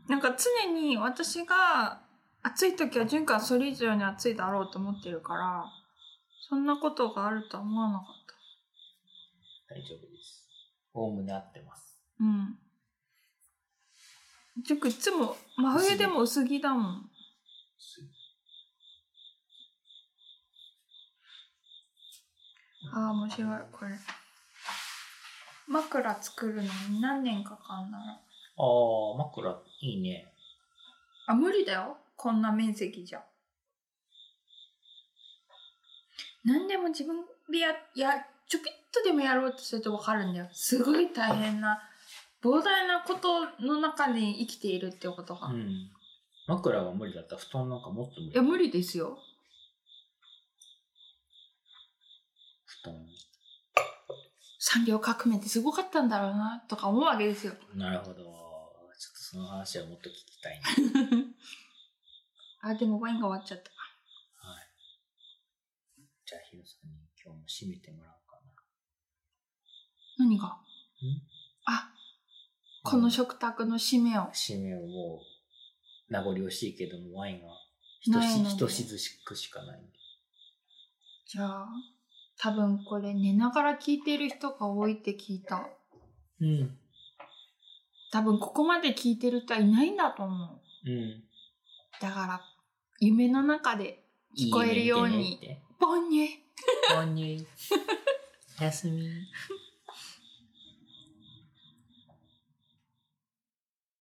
Speaker 2: なんか常に私が暑い時は潤からそれ以上に暑いだろうと思ってるから、そんなことがあるとは思わなかった。
Speaker 1: ら大丈夫です。おおむね合ってます。
Speaker 2: うん。ジュン君いつも真冬でも薄着だもん。ああ、面白い、これ。枕作るのに何年かかんだろう。
Speaker 1: ああ、枕、いいね。
Speaker 2: あ、無理だよ。こんな面積じゃ。何でも自分でや、や、ちょぴっとでもやろうとするとわかるんだよ。すごい大変な、膨大なことの中に生きているってことが。
Speaker 1: う
Speaker 2: い
Speaker 1: ん。枕が無理だったら布団なんかもっと無理。
Speaker 2: や、無理ですよ。
Speaker 1: 布団。
Speaker 2: 産業革命ってすごかったんだろうな、とか思うわけですよ。
Speaker 1: なるほど。ちょっとその話はもっと聞きたいね。
Speaker 2: あ、でもワインが終わっちゃった。
Speaker 1: はい。じゃあ、ヒロさんに今日も締めてもらおうかな。
Speaker 2: 何が
Speaker 1: ん
Speaker 2: あ、この食卓の締めを。
Speaker 1: 締めをもう、名残惜しいけども、ワインがひと
Speaker 2: ない
Speaker 1: し、
Speaker 2: ので
Speaker 1: ひとしずしくしかないんで。
Speaker 2: じゃあ、多分これ寝ながら聞いてる人が多いって聞いた。
Speaker 1: うん。
Speaker 2: 多分ここまで聞いてる人はいないんだと思う。
Speaker 1: うん。
Speaker 2: だから、夢の中で、聞こえるように
Speaker 1: いいねいいねいいね
Speaker 2: ボンニュイ
Speaker 1: こんに。おやすみ。